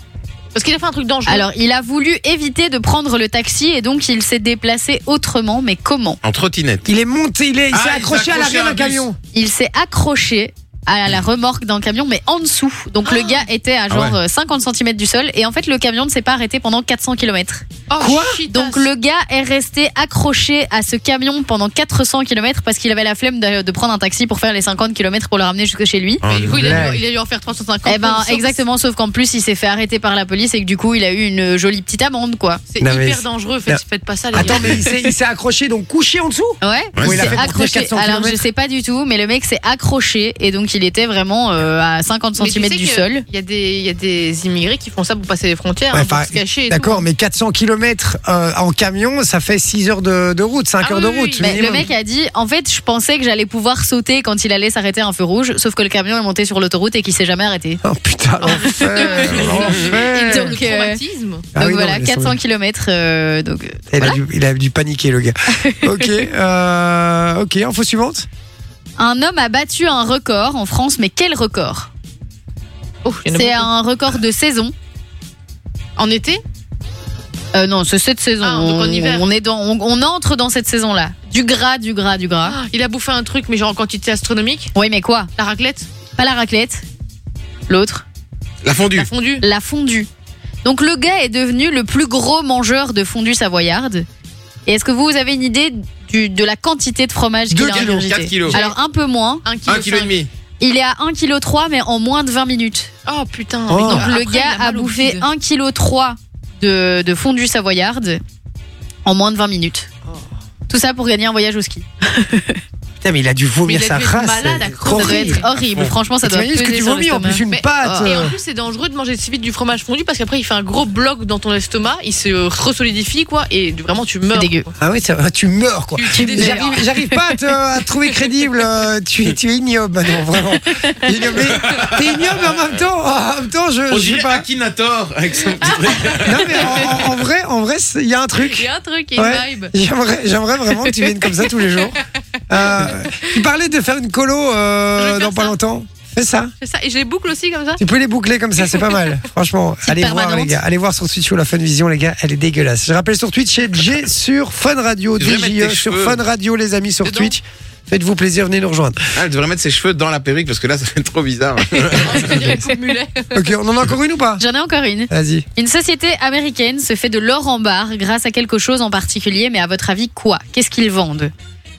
Speaker 2: Parce qu'il a fait un truc dangereux.
Speaker 4: Alors il a voulu éviter de prendre le taxi et donc il s'est déplacé autrement, mais comment
Speaker 3: En trottinette.
Speaker 5: Il est monté, il est, il
Speaker 3: Ah,
Speaker 5: s'est
Speaker 3: il s'est
Speaker 5: accroché à l'arrière
Speaker 3: accroché à
Speaker 5: d'un
Speaker 3: un bus.
Speaker 5: camion.
Speaker 4: Il s'est accroché à la remorque d'un camion, mais en dessous. Donc le gars était à genre
Speaker 3: ouais.
Speaker 4: euh, 50 cm du sol et en fait le camion ne s'est pas arrêté pendant 400 km.
Speaker 2: Oh,
Speaker 5: quoi
Speaker 2: shit,
Speaker 4: Donc
Speaker 2: ass.
Speaker 4: le gars est resté accroché à ce camion pendant 400 km parce qu'il avait la flemme de, de prendre un taxi pour faire les 50 km pour le ramener jusque chez
Speaker 3: Oh,
Speaker 4: lui.
Speaker 2: Mais du coup, il a,
Speaker 5: Ouais.
Speaker 2: dû, il a dû en faire 350.
Speaker 4: Eh ben
Speaker 2: comme ça.
Speaker 4: exactement, sauf qu'en plus il s'est fait arrêter par la police et que du coup il a eu une jolie petite amende quoi.
Speaker 2: C'est
Speaker 5: Non, mais
Speaker 2: hyper
Speaker 5: c'est-
Speaker 2: dangereux,
Speaker 5: Non.
Speaker 2: faites, faites pas ça les
Speaker 5: Attends,
Speaker 2: gars.
Speaker 5: mais il s'est, il s'est accroché, donc couché en dessous.
Speaker 2: Ah,
Speaker 4: Ouais,
Speaker 3: Ouais,
Speaker 4: il
Speaker 3: il a
Speaker 4: s'est
Speaker 5: pour
Speaker 3: fait
Speaker 5: courir
Speaker 4: accroché.
Speaker 5: 400
Speaker 4: Alors je
Speaker 5: kilomètres.
Speaker 4: sais pas du tout, mais le mec s'est accroché et donc il était vraiment euh, à 50
Speaker 2: Mais tu
Speaker 4: cm
Speaker 2: sais
Speaker 4: du
Speaker 2: que
Speaker 4: sol.
Speaker 2: Il y, a des- il y a des immigrés qui font ça pour passer les frontières,
Speaker 5: Ouais,
Speaker 2: hein, pour
Speaker 5: enfin,
Speaker 2: se cacher. et
Speaker 5: D'accord,
Speaker 2: tout.
Speaker 5: mais 400 km euh, en camion, ça fait 6 heures de, de route, 5
Speaker 2: Ah
Speaker 5: heures
Speaker 2: oui,
Speaker 5: de
Speaker 2: oui,
Speaker 5: route.
Speaker 2: oui.
Speaker 4: Mais le
Speaker 5: minimum.
Speaker 4: mec a dit en fait je pensais que j'allais pouvoir sauter quand il allait s'arrêter à un feu rouge, sauf que le camion est monté sur l'autoroute et qu'il s'est jamais arrêté.
Speaker 5: Oh putain, l'enfer,
Speaker 2: Et
Speaker 5: l'enfer.
Speaker 2: donc, le
Speaker 4: Donc, euh,
Speaker 2: traumatisme.
Speaker 5: Ah
Speaker 4: donc
Speaker 5: oui, non,
Speaker 4: voilà,
Speaker 5: laisse tomber.
Speaker 4: 400 km. donc, euh,
Speaker 5: Il a,
Speaker 4: voilà.
Speaker 5: dû, il a dû paniquer, le gars. ok, euh, ok, info suivante.
Speaker 4: Un homme a battu un record en France, mais quel record
Speaker 2: Oh, il y en a
Speaker 4: C'est
Speaker 2: beaucoup.
Speaker 4: un record de saison.
Speaker 2: En été
Speaker 4: Euh, non, c'est cette saison.
Speaker 2: Ah, donc en
Speaker 4: on,
Speaker 2: hiver.
Speaker 4: on est dans, on, on entre dans cette saison-là. Du gras, du gras, du gras.
Speaker 2: Ah, Il a bouffé un truc, mais genre en quantité astronomique.
Speaker 4: Oui, mais quoi
Speaker 2: La raclette
Speaker 4: Pas la raclette, l'autre,
Speaker 3: La fondue.
Speaker 2: La fondue
Speaker 4: la fondue. Donc le gars est devenu le plus gros mangeur de fondue savoyarde. Et est-ce que vous vous avez une idée du, de la quantité de fromage qu'il
Speaker 3: Deux
Speaker 4: a
Speaker 3: kilos,
Speaker 4: ingurgité
Speaker 3: quatre kilos.
Speaker 4: Alors un peu moins.
Speaker 2: 1
Speaker 3: 1 kg et demi.
Speaker 4: Il est à 1,3 kg mais en moins de 20 minutes.
Speaker 2: Oh putain.
Speaker 5: Oh.
Speaker 2: mais
Speaker 4: Donc
Speaker 2: non,
Speaker 4: le
Speaker 2: après, il
Speaker 4: gars a
Speaker 2: mal au
Speaker 4: bouffé
Speaker 2: bide.
Speaker 4: 1,3 kg de, de fondue savoyarde en moins de 20 minutes. Tout ça pour gagner un voyage au ski.
Speaker 5: Putain, mais il a dû vomir
Speaker 2: Mais il a
Speaker 5: sa
Speaker 2: dû être
Speaker 5: race.
Speaker 2: malade à
Speaker 5: c'est
Speaker 2: cause de-
Speaker 4: Ça doit
Speaker 5: horrible.
Speaker 4: être horrible.
Speaker 3: fond.
Speaker 4: Franchement, ça doit
Speaker 5: T'imagines ce que
Speaker 4: peser
Speaker 5: tu
Speaker 4: sur
Speaker 5: vomis en
Speaker 4: l'estomac.
Speaker 5: plus une
Speaker 2: Mais- oh,
Speaker 5: pâte.
Speaker 2: Et en
Speaker 5: euh.
Speaker 2: plus, c'est dangereux de manger si vite du fromage fondu parce qu'après, il fait un gros bloc dans ton estomac, il se resolidifie, quoi, et vraiment, tu meurs.
Speaker 4: C'est dégueu.
Speaker 5: Ah oui, ça- tu meurs quoi.
Speaker 2: Tu- tu
Speaker 5: J'arrive-
Speaker 2: désires.
Speaker 5: J'arrive pas à te, à te trouver crédible. euh, Tu, es- tu es ignoble maintenant, vraiment. Ignoble. mais T'es ignoble mais en même temps. oh, En même temps, je,
Speaker 3: On
Speaker 5: je sais
Speaker 3: dirait
Speaker 5: pas.
Speaker 3: Akinator avec son petit truc.
Speaker 5: Non mais en, en- en vrai, en vrai, c'est- il y a un
Speaker 2: Il y
Speaker 5: truc.
Speaker 2: a un truc, il y a
Speaker 5: Ouais.
Speaker 2: une vibe.
Speaker 5: J'aimerais, j'aimerais vraiment que tu viennes comme ça tous les jours. Euh, il parlait de faire une colo euh,
Speaker 2: Je vais faire
Speaker 5: dans pas
Speaker 2: ça.
Speaker 5: longtemps. Fais ça.
Speaker 2: C'est ça. Et je les boucle aussi comme ça.
Speaker 5: Tu peux les boucler comme ça, c'est pas mal. Franchement,
Speaker 4: C'est
Speaker 5: allez voir
Speaker 4: permanente.
Speaker 5: les gars, allez voir sur Twitch ou la Fun Vision les gars, elle est dégueulasse. Je rappelle sur Twitch chez J sur Fun Radio,
Speaker 3: Tu devrais mettre
Speaker 5: DJE
Speaker 3: tes
Speaker 5: sur
Speaker 3: cheveux.
Speaker 5: Fun Radio les amis sur
Speaker 2: Dedans.
Speaker 5: Twitch. Faites-vous plaisir, venez nous rejoindre.
Speaker 3: Ah, elle devrait mettre ses cheveux dans la perruque parce que là, ça fait trop bizarre.
Speaker 2: Je te dirais coupe mulet.
Speaker 5: Ok, on en a encore une ou pas
Speaker 4: J'en ai encore une.
Speaker 5: Vas-y.
Speaker 4: Une société américaine se fait de l'or en barre grâce à quelque chose en particulier, mais à votre avis, quoi Qu'est-ce qu'ils vendent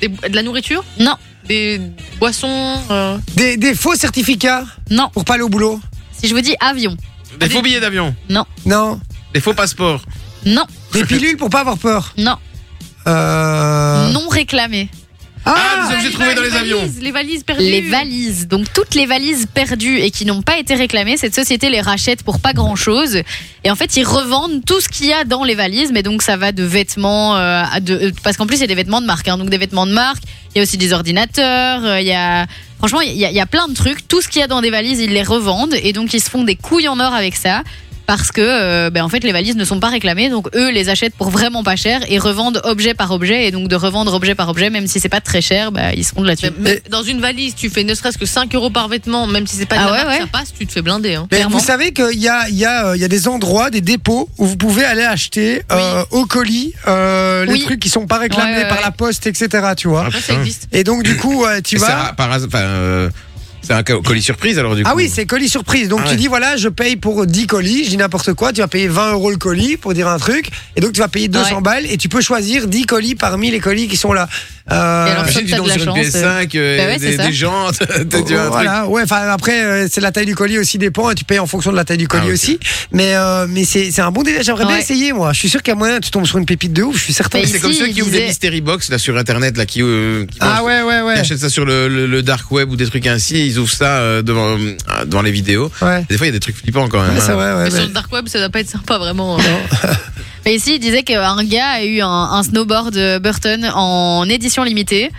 Speaker 2: Des- De la nourriture
Speaker 4: Non,
Speaker 2: Des boissons euh,
Speaker 5: Des, des faux certificats
Speaker 4: non.
Speaker 5: pour pas aller au boulot
Speaker 4: Si je vous dis avion,
Speaker 3: Des faux billets d'avion,
Speaker 5: Non.
Speaker 3: des faux passeports,
Speaker 4: non,
Speaker 5: Des pilules pour pas avoir peur
Speaker 4: non,
Speaker 5: Euh...
Speaker 4: non réclamé.
Speaker 5: Ah,
Speaker 3: Ah, Vous les trouvez dans les avions.
Speaker 2: valises, Les valises perdues.
Speaker 4: Les valises, donc toutes les valises perdues et qui n'ont pas été réclamées, cette société les rachète pour pas grand-chose. Et en fait, ils revendent tout ce qu'il y a dans les valises, mais donc ça va de vêtements, euh, à de, euh, parce qu'en plus, il y a des vêtements de marque, hein. donc des vêtements de marque, il y a aussi des ordinateurs, euh, il y a... Franchement, il y, a- il y a plein de trucs, tout ce qu'il y a dans des valises, ils les revendent, et donc ils se font des couilles en or avec ça. Parce que, euh, ben, en fait, les valises ne sont pas réclamées, donc eux les achètent pour vraiment pas cher et revendent objet par objet. Et donc, de revendre objet par objet, même si c'est pas très cher, bah, ils seront de la thune.
Speaker 2: Mais- mais dans une valise, tu fais ne serait-ce que 5 euros par vêtement, même si c'est pas de
Speaker 4: Ah
Speaker 2: la
Speaker 4: ouais,
Speaker 2: marque,
Speaker 4: ouais.
Speaker 2: ça passe, tu te fais blinder. hein.
Speaker 5: Mais
Speaker 4: clairement.
Speaker 5: vous savez qu'il y a, il y, a, euh, il y a des endroits, des dépôts où vous pouvez aller acheter euh, au colis euh, les
Speaker 4: Oui.
Speaker 5: trucs qui sont pas réclamés
Speaker 4: Ouais, ouais,
Speaker 5: par
Speaker 4: ouais.
Speaker 5: la poste, etc. Tu vois.
Speaker 3: Ah,
Speaker 2: Ouais, ça
Speaker 3: putain.
Speaker 2: existe.
Speaker 5: Et donc du coup, euh, tu
Speaker 3: Et c'est
Speaker 5: vas.
Speaker 3: un- par hasard- enfin, euh, c'est un co- colis surprise alors du coup.
Speaker 5: Ah oui, c'est colis surprise. Donc
Speaker 3: Ah
Speaker 5: tu
Speaker 3: ouais.
Speaker 5: dis voilà, je paye pour 10 colis, je dis n'importe quoi, tu vas payer 20 euros le colis pour dire un truc, et donc tu vas payer 200
Speaker 4: Ouais.
Speaker 5: balles, et tu peux choisir 10 colis parmi les colis qui sont là. Euh,
Speaker 4: Et alors,
Speaker 3: Imagine, dis
Speaker 4: T'as
Speaker 3: donc,
Speaker 4: de la
Speaker 3: sur une
Speaker 4: chance,
Speaker 3: PS5, euh,
Speaker 4: Bah ouais, c'est
Speaker 3: des,
Speaker 4: ça.
Speaker 3: des gens, t'as- t'as dit un truc.
Speaker 5: voilà, ouais, enfin après euh, c'est la taille du colis aussi dépend et tu payes en fonction de la taille du colis
Speaker 3: Ah, ok.
Speaker 5: aussi. Mais euh, mais c'est c'est un bon délai, j'aimerais bien
Speaker 4: Ouais.
Speaker 5: essayer moi. Je suis sûr qu'à moyen tu tombes sur une pépite de ouf, je suis certain.
Speaker 4: Mais
Speaker 3: C'est comme
Speaker 4: Ici,
Speaker 3: ceux
Speaker 4: il
Speaker 3: qui ouvrent des
Speaker 4: disait-
Speaker 3: mystery box là sur internet là qui, euh, qui pensent-
Speaker 5: Ah ouais ouais
Speaker 3: qui
Speaker 5: ouais.
Speaker 3: achètent ça sur le, le- le dark web ou des trucs ainsi, ils ouvrent ça euh, devant euh, devant les vidéos.
Speaker 5: Ouais.
Speaker 3: Des fois il y a des trucs flippants quand même.
Speaker 5: Ouais, c'est
Speaker 3: hein.
Speaker 5: vrai, ouais,
Speaker 2: Mais sur
Speaker 5: ouais.
Speaker 2: le dark web, ça doit pas être sympa vraiment. Oh,
Speaker 4: Mais ici, il disait qu'un gars a eu un, un snowboard euh, Burton en édition limitée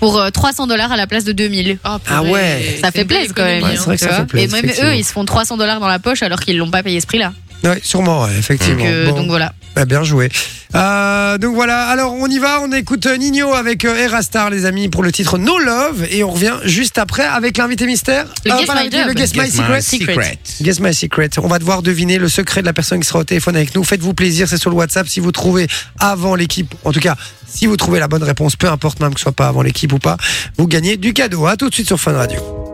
Speaker 4: pour euh, 300 dollars à la place de 2000.
Speaker 2: Ah,
Speaker 5: Ah ouais.
Speaker 4: Ça fait plaisir quand même.
Speaker 5: économie,
Speaker 2: hein.
Speaker 5: Ouais, c'est vrai que
Speaker 4: tu
Speaker 5: ça
Speaker 4: vois.
Speaker 5: fait plaisir,
Speaker 4: Et même
Speaker 5: effectivement.
Speaker 4: eux, ils se font 300 dollars dans la poche alors qu'ils l'ont pas payé ce prix-là.
Speaker 5: Ouais, sûrement, ouais, effectivement.
Speaker 4: Donc, euh,
Speaker 5: Bon.
Speaker 4: donc voilà.
Speaker 5: Bah, bien joué. Euh, donc voilà, alors on y va, on écoute euh, Nino avec euh, Erastar, les amis, pour le titre No Love, et on revient juste après avec l'invité mystère.
Speaker 4: Le Guess
Speaker 5: pas
Speaker 4: My
Speaker 5: l'invité,
Speaker 4: Job.
Speaker 5: le Guess My
Speaker 3: Guess
Speaker 5: Secret.
Speaker 4: Secret.
Speaker 5: Guess My Secret. On va devoir deviner le secret de la personne qui sera au téléphone avec nous. Faites-vous plaisir, c'est sur le WhatsApp. Si vous trouvez avant l'équipe, en tout cas, si vous trouvez la bonne réponse, peu importe même que ce soit pas avant l'équipe ou pas, vous gagnez du cadeau. À tout de suite sur Fun Radio.